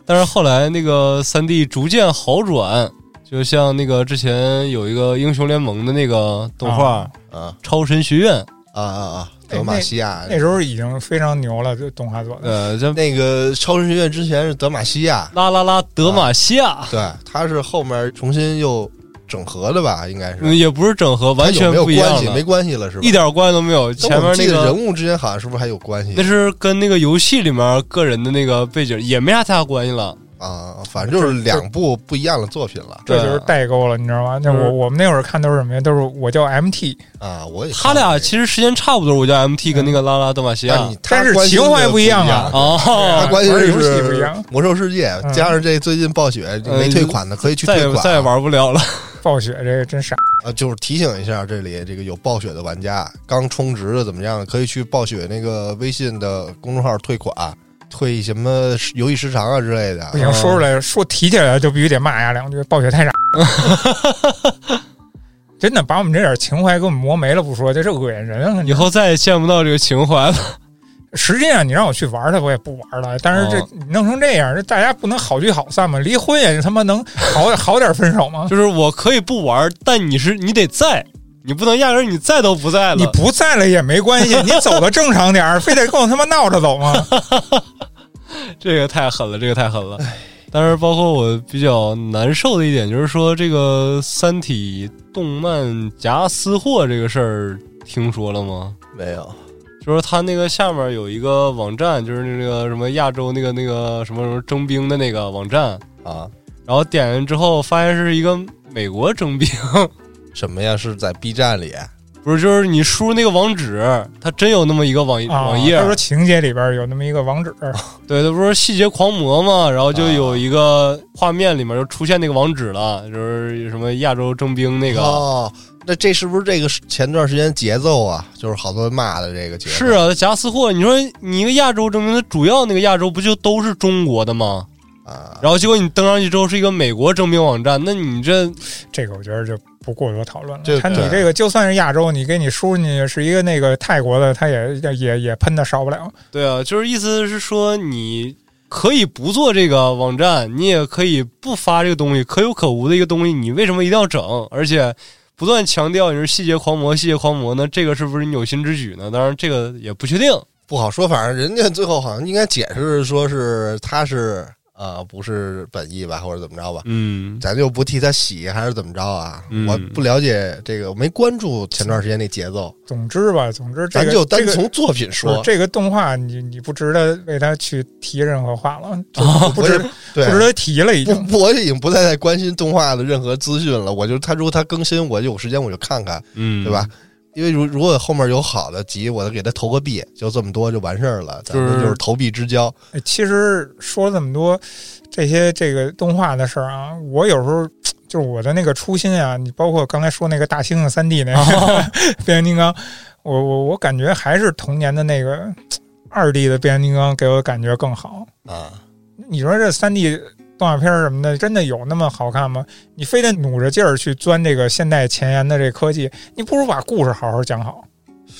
Speaker 3: 但是后来那个三 D 逐渐好转，就像那个之前有一个英雄联盟的那个动画《
Speaker 1: 啊
Speaker 2: 啊
Speaker 3: 超神学院》，
Speaker 2: 啊啊啊！
Speaker 1: 那
Speaker 2: 德玛西亚
Speaker 1: 那时候已经非常牛了，这动画做的。
Speaker 3: 哎呃，叫
Speaker 2: 那个超神学院之前是德玛西亚，
Speaker 3: 拉拉拉德玛西亚，
Speaker 2: 对，它是后面重新又整合的吧？应该是
Speaker 3: 嗯，也不是整合，完全
Speaker 2: 它有
Speaker 3: 不
Speaker 2: 没
Speaker 3: 一
Speaker 2: 有
Speaker 3: 样
Speaker 2: 关系，没
Speaker 3: 了，
Speaker 2: 关系了是吧？
Speaker 3: 一点关系都没有。
Speaker 2: 但
Speaker 3: 前
Speaker 2: 我
Speaker 3: 面
Speaker 2: 记
Speaker 3: 那
Speaker 2: 得
Speaker 3: 个
Speaker 2: 人物之间好像是不是还有关系
Speaker 3: 那？是跟那个游戏里面个人的那个背景也没啥太大关系了。
Speaker 2: 啊，反正就是两部不一样的作品了
Speaker 1: 这
Speaker 3: 对
Speaker 1: 就是代沟了，你知道吗？那
Speaker 3: 就是
Speaker 1: 我
Speaker 2: 嗯
Speaker 1: 我们那会儿看都是什么呀？都是我叫 MT，
Speaker 2: 啊。我也
Speaker 3: 他俩啊其实时间差不多，我叫 MT 跟那个拉拉德玛西亚
Speaker 2: 嗯但你他
Speaker 1: 但是
Speaker 2: 关心
Speaker 1: 情怀
Speaker 2: 的
Speaker 1: 不
Speaker 2: 不
Speaker 1: 一样啊
Speaker 2: 啊。
Speaker 3: 哦
Speaker 2: 他，关心
Speaker 1: 玩
Speaker 2: 的
Speaker 1: 儿游戏不一
Speaker 2: 是
Speaker 1: 样
Speaker 2: 《魔兽世界》
Speaker 1: 嗯
Speaker 2: 加上这最近暴雪没退款的可以去
Speaker 3: 再
Speaker 2: 退
Speaker 3: 也
Speaker 2: 款啊，
Speaker 3: 呃再也玩不了了。
Speaker 1: 暴雪这个真傻。
Speaker 2: 啊！就是提醒一下，这里这个有暴雪的玩家，刚充值的怎么样，可以去暴雪那个微信的公众号退款，退什么游戏时长啊之类的
Speaker 1: 不。行，
Speaker 3: 嗯
Speaker 1: 说出来说提起来就必须得骂呀两句，暴雪太傻。真的把我们这点情怀给我们磨没了不说，这是恶心人。啊
Speaker 3: 以后再也见不到这个情怀了。
Speaker 1: 实际上你让我去玩它，我也不玩了。但是这
Speaker 3: 哦
Speaker 1: 你弄成这样，这大家不能好聚好散吗？离婚也他妈能好好点分手 吗？
Speaker 3: 就是我可以不玩，但你是你得在，你不能压根儿你在都不 在了。
Speaker 1: 你不在了也没关系，你走的正常点儿，非得跟我他妈闹着走吗？
Speaker 3: 这个太狠了，这个太狠了。但是包括我比较难受的一点就是说，这个《三体》动漫夹私货这个事儿，听说了吗？
Speaker 2: 啊没有，
Speaker 3: 就是他那个下面有一个网站，就是那个什么亚洲那个那个什么什么征兵的那个网站，
Speaker 2: 啊，
Speaker 3: 然后点进去之后发现是一个美国征兵，
Speaker 2: 什么呀？是在 B 站里
Speaker 3: 不是就是你输入那个网址，它真有 那么一个网、
Speaker 1: 啊，
Speaker 3: 网页
Speaker 1: 他，说情节里边有那么一个网址，
Speaker 3: 对，它不是细节狂魔嘛，然后就
Speaker 2: 啊
Speaker 3: 有一个画面里面就出现那个网址了，就是什么亚洲征兵那个，
Speaker 2: 哦，那这是不是这个前段时间节奏啊？就是好多人骂的这个节奏
Speaker 3: 是啊，夹私货。你说你一个亚洲征兵，它主要那个亚洲不就都是中国的吗？
Speaker 2: 啊，
Speaker 3: 然后结果你登上去之后是一个美国征兵网站，那你这
Speaker 1: 这个我觉得就不过多讨论
Speaker 2: 对
Speaker 1: 了。他你
Speaker 2: 对
Speaker 1: 这个就算是亚洲，你给你输进去是一个那个泰国的，他也也也喷的少不了。
Speaker 3: 对啊，就是意思是说你可以不做这个网站，你也可以不发这个东西，可有可无的一个东西，你为什么一定要整？而且不断强调你是细节狂魔，细节狂魔呢？这个是不是你有心之举呢？当然，这个也不确定。
Speaker 2: 不好说，反正人家最后好像应该解释说是他是啊、不是本意吧，或者怎么着吧。
Speaker 3: 嗯，
Speaker 2: 咱就不替他洗，还是怎么着啊？
Speaker 3: 嗯
Speaker 2: 我不了解这个，我没关注前段时间那节奏。
Speaker 1: 总之吧，总之这
Speaker 2: 咱
Speaker 1: 个
Speaker 2: 就单
Speaker 1: 这个
Speaker 2: 从作品说，
Speaker 1: 不是这个动画你，你不值得为他去提任何话了，就不
Speaker 2: 哦我
Speaker 1: 值
Speaker 2: 也
Speaker 1: 不
Speaker 2: 对，
Speaker 1: 值得提了，已
Speaker 2: 不
Speaker 1: 经。
Speaker 2: 不，我已经不再再关心动画的任何资讯了。我就他如果他更新，我有时间我就看看，
Speaker 3: 嗯，
Speaker 2: 对吧？？因为如如果后面有好的集，我给他投个币，就这么多就完事儿了。咱
Speaker 3: 就
Speaker 2: 们
Speaker 3: 是
Speaker 2: 就是投币之交，
Speaker 1: 哎其实说了这么多这些这个动画的事儿啊，我有时候就是我的那个初心啊，你包括刚才说那个大猩猩三 D 那个变形金刚，我我我感觉还是童年的那个二 D 的变形金刚给我感觉更好。
Speaker 2: 啊，
Speaker 1: 你说这三 D 动画片儿什么的，真的有那么好看吗？你非得努着劲儿去钻这个现代前沿的这科技，你不如把故事好好讲好。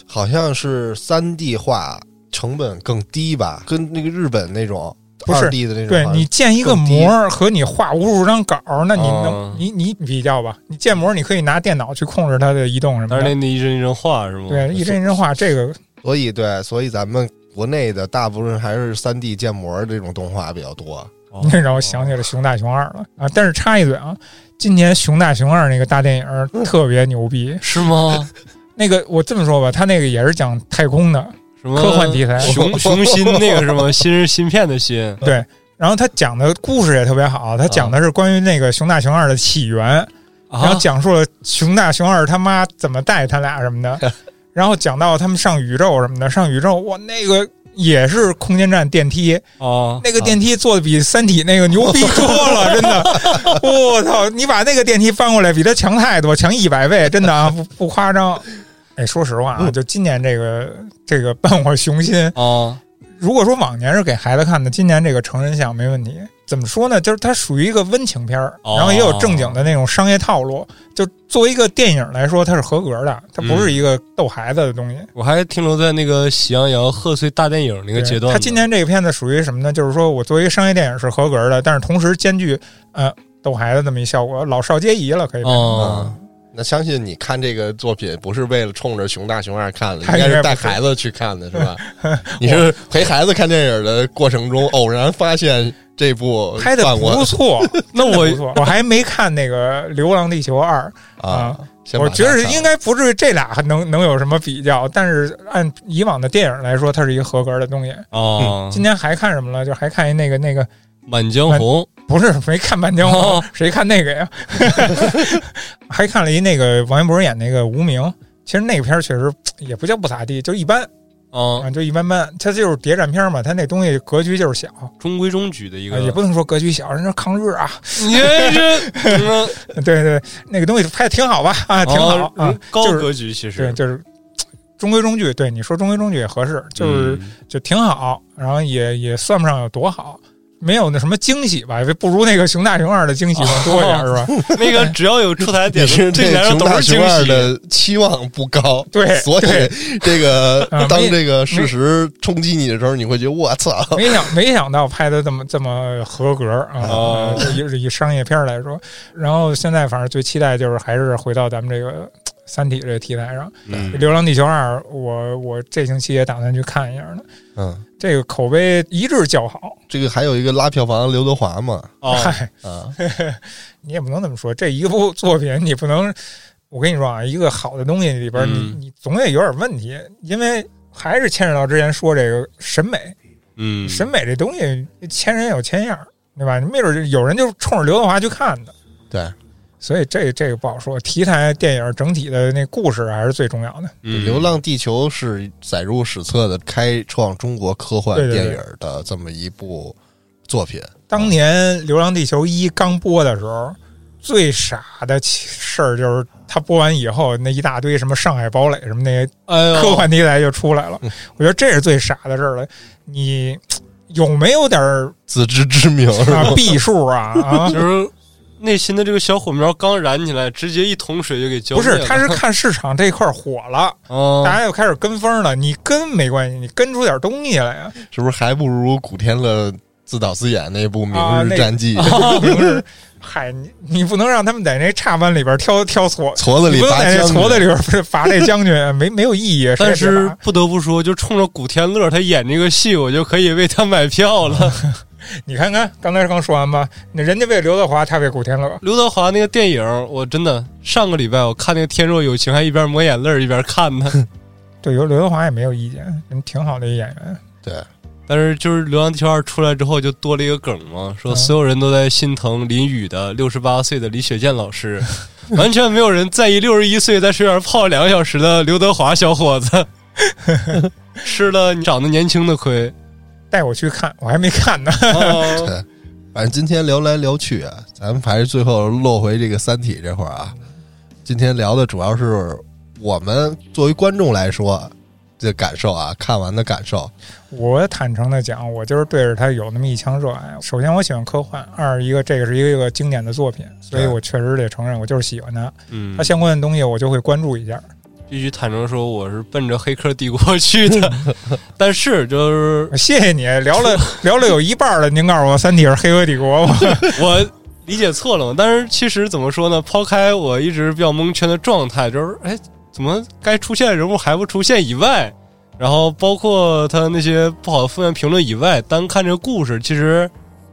Speaker 2: 好像是三 D 画成本更低吧，跟那个日本那种
Speaker 1: 不是
Speaker 2: 二 D 的那种
Speaker 1: 对
Speaker 2: 好像，
Speaker 1: 你建一个
Speaker 2: 更低
Speaker 1: 模儿和你画无数张稿儿，那你能、
Speaker 3: 哦
Speaker 1: 你你比较吧？你建模儿你可以拿电脑去控制它的移动什么
Speaker 3: 但是那
Speaker 1: 的，
Speaker 3: 那一帧一帧画是吗？
Speaker 1: 对，一帧一帧画这个
Speaker 2: 所以对，所以咱们国内的大部分还是三 D 建模这种动画比较多。
Speaker 3: 哦，
Speaker 1: 那让我想起了《熊大熊二》了啊！但是插一嘴啊，今年《熊大熊二》那个大电影儿
Speaker 3: 嗯
Speaker 1: 特别牛逼。
Speaker 3: 是 吗？
Speaker 1: 那个我这么说吧，它那个也是讲太空的，
Speaker 3: 什么
Speaker 1: 科幻题材
Speaker 3: 熊熊心那个是吗？心是芯片的心。
Speaker 1: 对。然后他讲的故事也特别好，他
Speaker 3: 嗯
Speaker 1: 讲的是关于那个熊大熊二的起源，然
Speaker 3: 啊
Speaker 1: 后，讲述了熊大熊二他妈怎么带他俩什么的，然后讲到他们上宇宙什么的，上宇宙哇那个。也是空间站电梯，
Speaker 3: 啊，
Speaker 1: 那个电梯做的比《三体》那个牛逼多了，真的！我操，你把那个电梯翻过来，比它强太多，强一百倍，真的啊，不不夸张。哎，说实话啊，就今年这个这个伴我雄心，
Speaker 3: 啊，
Speaker 1: 如果说往年是给孩子看的，今年这个成人向没问题。怎么说呢？就是它属于一个温情片儿，
Speaker 3: 哦
Speaker 1: 然后也有正经的那种商业套路。就作为一个电影来说，它是合格的，它不是一个逗孩子的东西。
Speaker 3: 我还停留在那个喜羊羊贺岁大电影那个
Speaker 1: 对
Speaker 3: 阶段
Speaker 1: 它
Speaker 3: 呢。
Speaker 1: 今年这个片子属于什么呢？就是说我作为一个商业电影是合格的，但是同时兼具呃逗孩子这么一效果，老少皆宜了，可以变成。
Speaker 3: 哦
Speaker 2: 那相信你看这个作品不是为了冲着熊大熊二看的，应
Speaker 1: 他应
Speaker 2: 该
Speaker 1: 该
Speaker 2: 是
Speaker 1: 不
Speaker 2: 带
Speaker 1: 是
Speaker 2: 孩子去看的，是 吧？你是陪孩子看电影的过程中偶然发现这部
Speaker 1: 拍的
Speaker 2: 伴我
Speaker 1: 不 错，
Speaker 3: 那我
Speaker 1: 不错。我还没看那个《流浪地球二》，
Speaker 2: 啊，先把
Speaker 1: 我
Speaker 2: 它
Speaker 1: 觉得
Speaker 2: 看
Speaker 1: 应 该不至于这俩能能有什么比较，但是按以往的电影来说，它是一个合格的东西。
Speaker 3: 啊，
Speaker 1: 嗯今天还看什么了？就还看一那个那个，
Speaker 3: 满江红
Speaker 1: 不是没看《半 江红》
Speaker 3: 哦
Speaker 1: 谁看那个呀？ 还看了一那个王一博演那个《无名》，其实那个片儿确实也不叫不咋地，就一般
Speaker 3: 啊，
Speaker 1: 啊，就一般般。它就是谍战片儿嘛，它那东西格局就是小，啊
Speaker 3: 中规中矩的一个。
Speaker 1: 也不能说格局小，人家抗日啊，
Speaker 3: 你这这
Speaker 1: 对对，那个东西拍的挺好吧？啊，挺好啊，
Speaker 3: 哦嗯高
Speaker 1: 就是
Speaker 3: 格局其
Speaker 1: 对，
Speaker 3: 实
Speaker 1: 就是中规中矩。对 你说中规中矩也合适，就是
Speaker 3: 嗯
Speaker 1: 就挺好，然后也也算不上有多好。没有那什么惊喜吧，不如那个《熊大熊二》的惊喜更多一点，是吧？
Speaker 3: 那个只要有出台
Speaker 2: 也
Speaker 3: 点
Speaker 2: 是
Speaker 3: 子，这
Speaker 2: 对
Speaker 3: 男人
Speaker 2: 熊
Speaker 3: 都
Speaker 2: 大
Speaker 3: 是惊
Speaker 2: 熊二
Speaker 3: 喜。
Speaker 2: 的期望不高，
Speaker 1: 对
Speaker 2: 所以
Speaker 1: 对
Speaker 2: 这个
Speaker 1: 啊没
Speaker 2: 当这个事实冲击你的时候，你会觉得我操，
Speaker 1: 没想没想到拍的这么这么合格啊
Speaker 3: 哦！
Speaker 1: 以以商业片儿来说，然后现在反正最期待就是还是回到咱们这个呃《三体》这个题材上，《
Speaker 3: 嗯，
Speaker 1: 流浪地球二》我我这星期也打算去看一下呢。
Speaker 2: 嗯，
Speaker 1: 这个口碑一致较好，
Speaker 2: 这个还有一个拉票房刘德华嘛，
Speaker 3: 哦，
Speaker 1: 嗨，
Speaker 2: 啊，
Speaker 1: 你也不能这么说。这一部 作品，你不能，我跟你说啊，一个好的东西里边你，你、
Speaker 3: 嗯
Speaker 1: 总得有点问题，因为还是牵扯到之前说这个审美，
Speaker 3: 嗯，
Speaker 1: 审美这东西，千人有千样儿，对吧？没准有人就冲着刘德华去看的，
Speaker 2: 对，
Speaker 1: 所以这这个不好说。题材电影整体的那故事还是最重要的。
Speaker 2: 《
Speaker 3: 嗯
Speaker 2: 流浪地球》是载入史册的开创中国科幻
Speaker 1: 对对
Speaker 2: 电
Speaker 1: 对
Speaker 2: 影的这么一部作品。
Speaker 1: 当年《流浪地球一》刚播的时候，最傻的事儿就是它播完以后，那一大堆什么上海堡垒什么那些
Speaker 3: 哎呦
Speaker 1: 科幻题材就出来了。
Speaker 3: 嗯
Speaker 1: 我觉得这是最傻的事儿了。你有没有点儿
Speaker 2: 自知之明是吧？
Speaker 1: 啊避数啊啊？
Speaker 3: 就是内心的这个小火苗刚燃起来，直接一桶水就给浇
Speaker 1: 不
Speaker 3: 灭了。
Speaker 1: 是，他是看市场这块儿火了。
Speaker 3: 哦
Speaker 1: 大家又开始跟风了。你跟没关系，你跟出点东西来呀、啊
Speaker 2: 是不是还不如古天乐自导自演那部《
Speaker 1: 啊
Speaker 2: 明
Speaker 1: 那
Speaker 2: 日战记》
Speaker 1: 明日，嗨，你你不能让他们在那插班里边挑挑 错，
Speaker 2: 矬子
Speaker 1: 你
Speaker 2: 里
Speaker 1: 不能
Speaker 2: 拔
Speaker 1: 在那
Speaker 2: 枪
Speaker 1: 矬子
Speaker 2: 的。
Speaker 1: 里边罚这将军， 没没有意义。
Speaker 3: 但
Speaker 1: 谁也别
Speaker 3: 是
Speaker 1: 拔
Speaker 3: 不得不说，就冲着古天乐他演这个戏，我就可以为他买票 了。
Speaker 1: 你看看，刚才刚说完吧，那人家为刘德华，他为古天乐。
Speaker 3: 刘德华那个电影，我真的上个礼拜我看那个《天若有情》，还一边抹眼泪儿一边看呢。
Speaker 1: 对，刘刘德华也没有意见，人挺好的一演员。
Speaker 2: 对，
Speaker 3: 但是就是《流浪地球二》出来之后，就多了一个梗嘛，说
Speaker 1: 嗯
Speaker 3: 所有人都在心疼淋雨的六十八岁的李雪健老师， 完全没有人在意六十一岁在水边泡了两个小时的刘德华小伙子， 吃了你长得年轻的亏。
Speaker 1: 带我去看，我还没看呢。
Speaker 3: 哦
Speaker 2: 对反正今天聊来聊去啊，咱们还是最后落回这个《三体》这块儿啊。今天聊的主要是我们作为观众来说的感受啊，看完的感受。
Speaker 1: 我坦诚的讲，我就是对着他有那么一腔热爱。首先，我喜欢科幻；二，一个这个是一个一个经典的作品，所以
Speaker 2: 对
Speaker 1: 我确实得承认，我就是喜欢他。
Speaker 3: 嗯
Speaker 1: 它，相关的东西我就会关注一下。
Speaker 3: 必须坦诚说，我是奔着《黑客帝国》去的， 但是就是
Speaker 1: 谢谢你聊了聊了有一半了，您告诉我《三体》是《黑客帝国》吗？
Speaker 3: 我理解错了嘛。但是其实怎么说呢？抛开我一直比较蒙圈的状态，就是哎，怎么该出现的人物还不出现以外，然后包括他那些不好的负面评论以外，单看这个故事，其实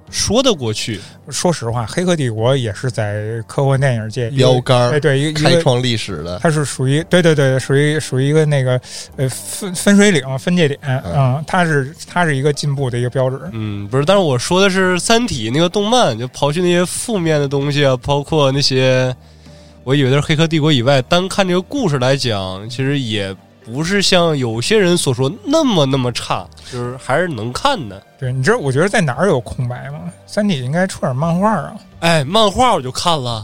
Speaker 3: 说得过去。
Speaker 1: 说实话，《黑客帝国》也是在科幻电影界一个
Speaker 2: 标杆儿
Speaker 1: 哎，对，一个一
Speaker 2: 开
Speaker 1: 个，
Speaker 2: 创历史的，
Speaker 1: 它是属于对对对，属于属于一个那个呃分分水岭分界点啊、嗯它是它是一个进步的一个标志。
Speaker 3: 嗯，不是，但是我说的是《三体》那个动漫，就刨去那些负面的东西啊，包括那些我以为的是《黑客帝国》以外，单看这个故事来讲，其实也不是像有些人所说那么那么差，就是还是能看的。
Speaker 1: 对，你知道我觉得在哪儿有空白吗？《三体》应该出点漫画啊。
Speaker 3: 哎，漫画我就看了，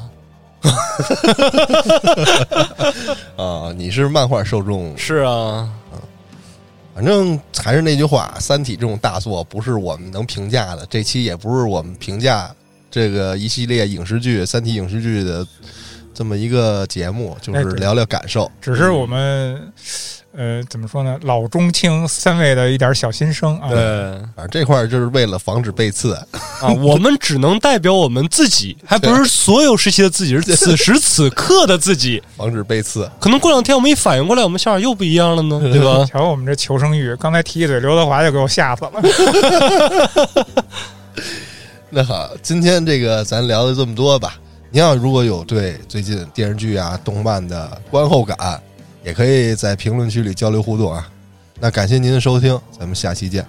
Speaker 2: 啊，你是漫画受众，
Speaker 3: 是啊，
Speaker 2: 反正还是那句话，《三体》这种大作不是我们能评价的，这期也不是我们评价这个一系列影视剧《三体》影视剧的这么一个节目，就是
Speaker 1: 哎对
Speaker 2: 聊聊感受。
Speaker 1: 只是我们，呃，怎么说呢？老中青三位的一点小心声啊。
Speaker 3: 对
Speaker 2: 反正这块儿就是为了防止背刺，
Speaker 3: 啊，我们只能代表我们自己，还不是所有时期的自己，是此时此刻的自己。
Speaker 2: 防止背刺。
Speaker 3: 可能过两天我们一反应过来，我们想法又不一样了 呢，对吧？
Speaker 1: 瞧我们这求生欲，刚才提一嘴刘德华就给我吓死了。
Speaker 2: 那好，今天这个咱聊了这么多吧。您要如果有对最近电视剧啊、动漫的观后感，也可以在评论区里交流互动啊。那感谢您的收听，咱们下期见。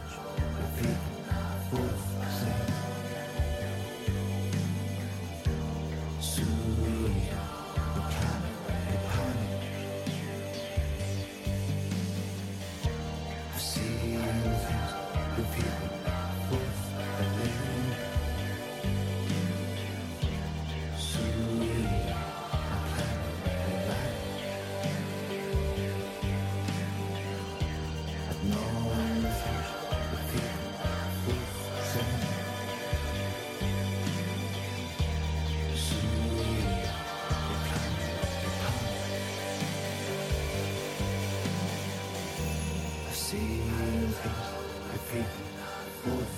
Speaker 4: No one fears the people see you repeat, repeat, four,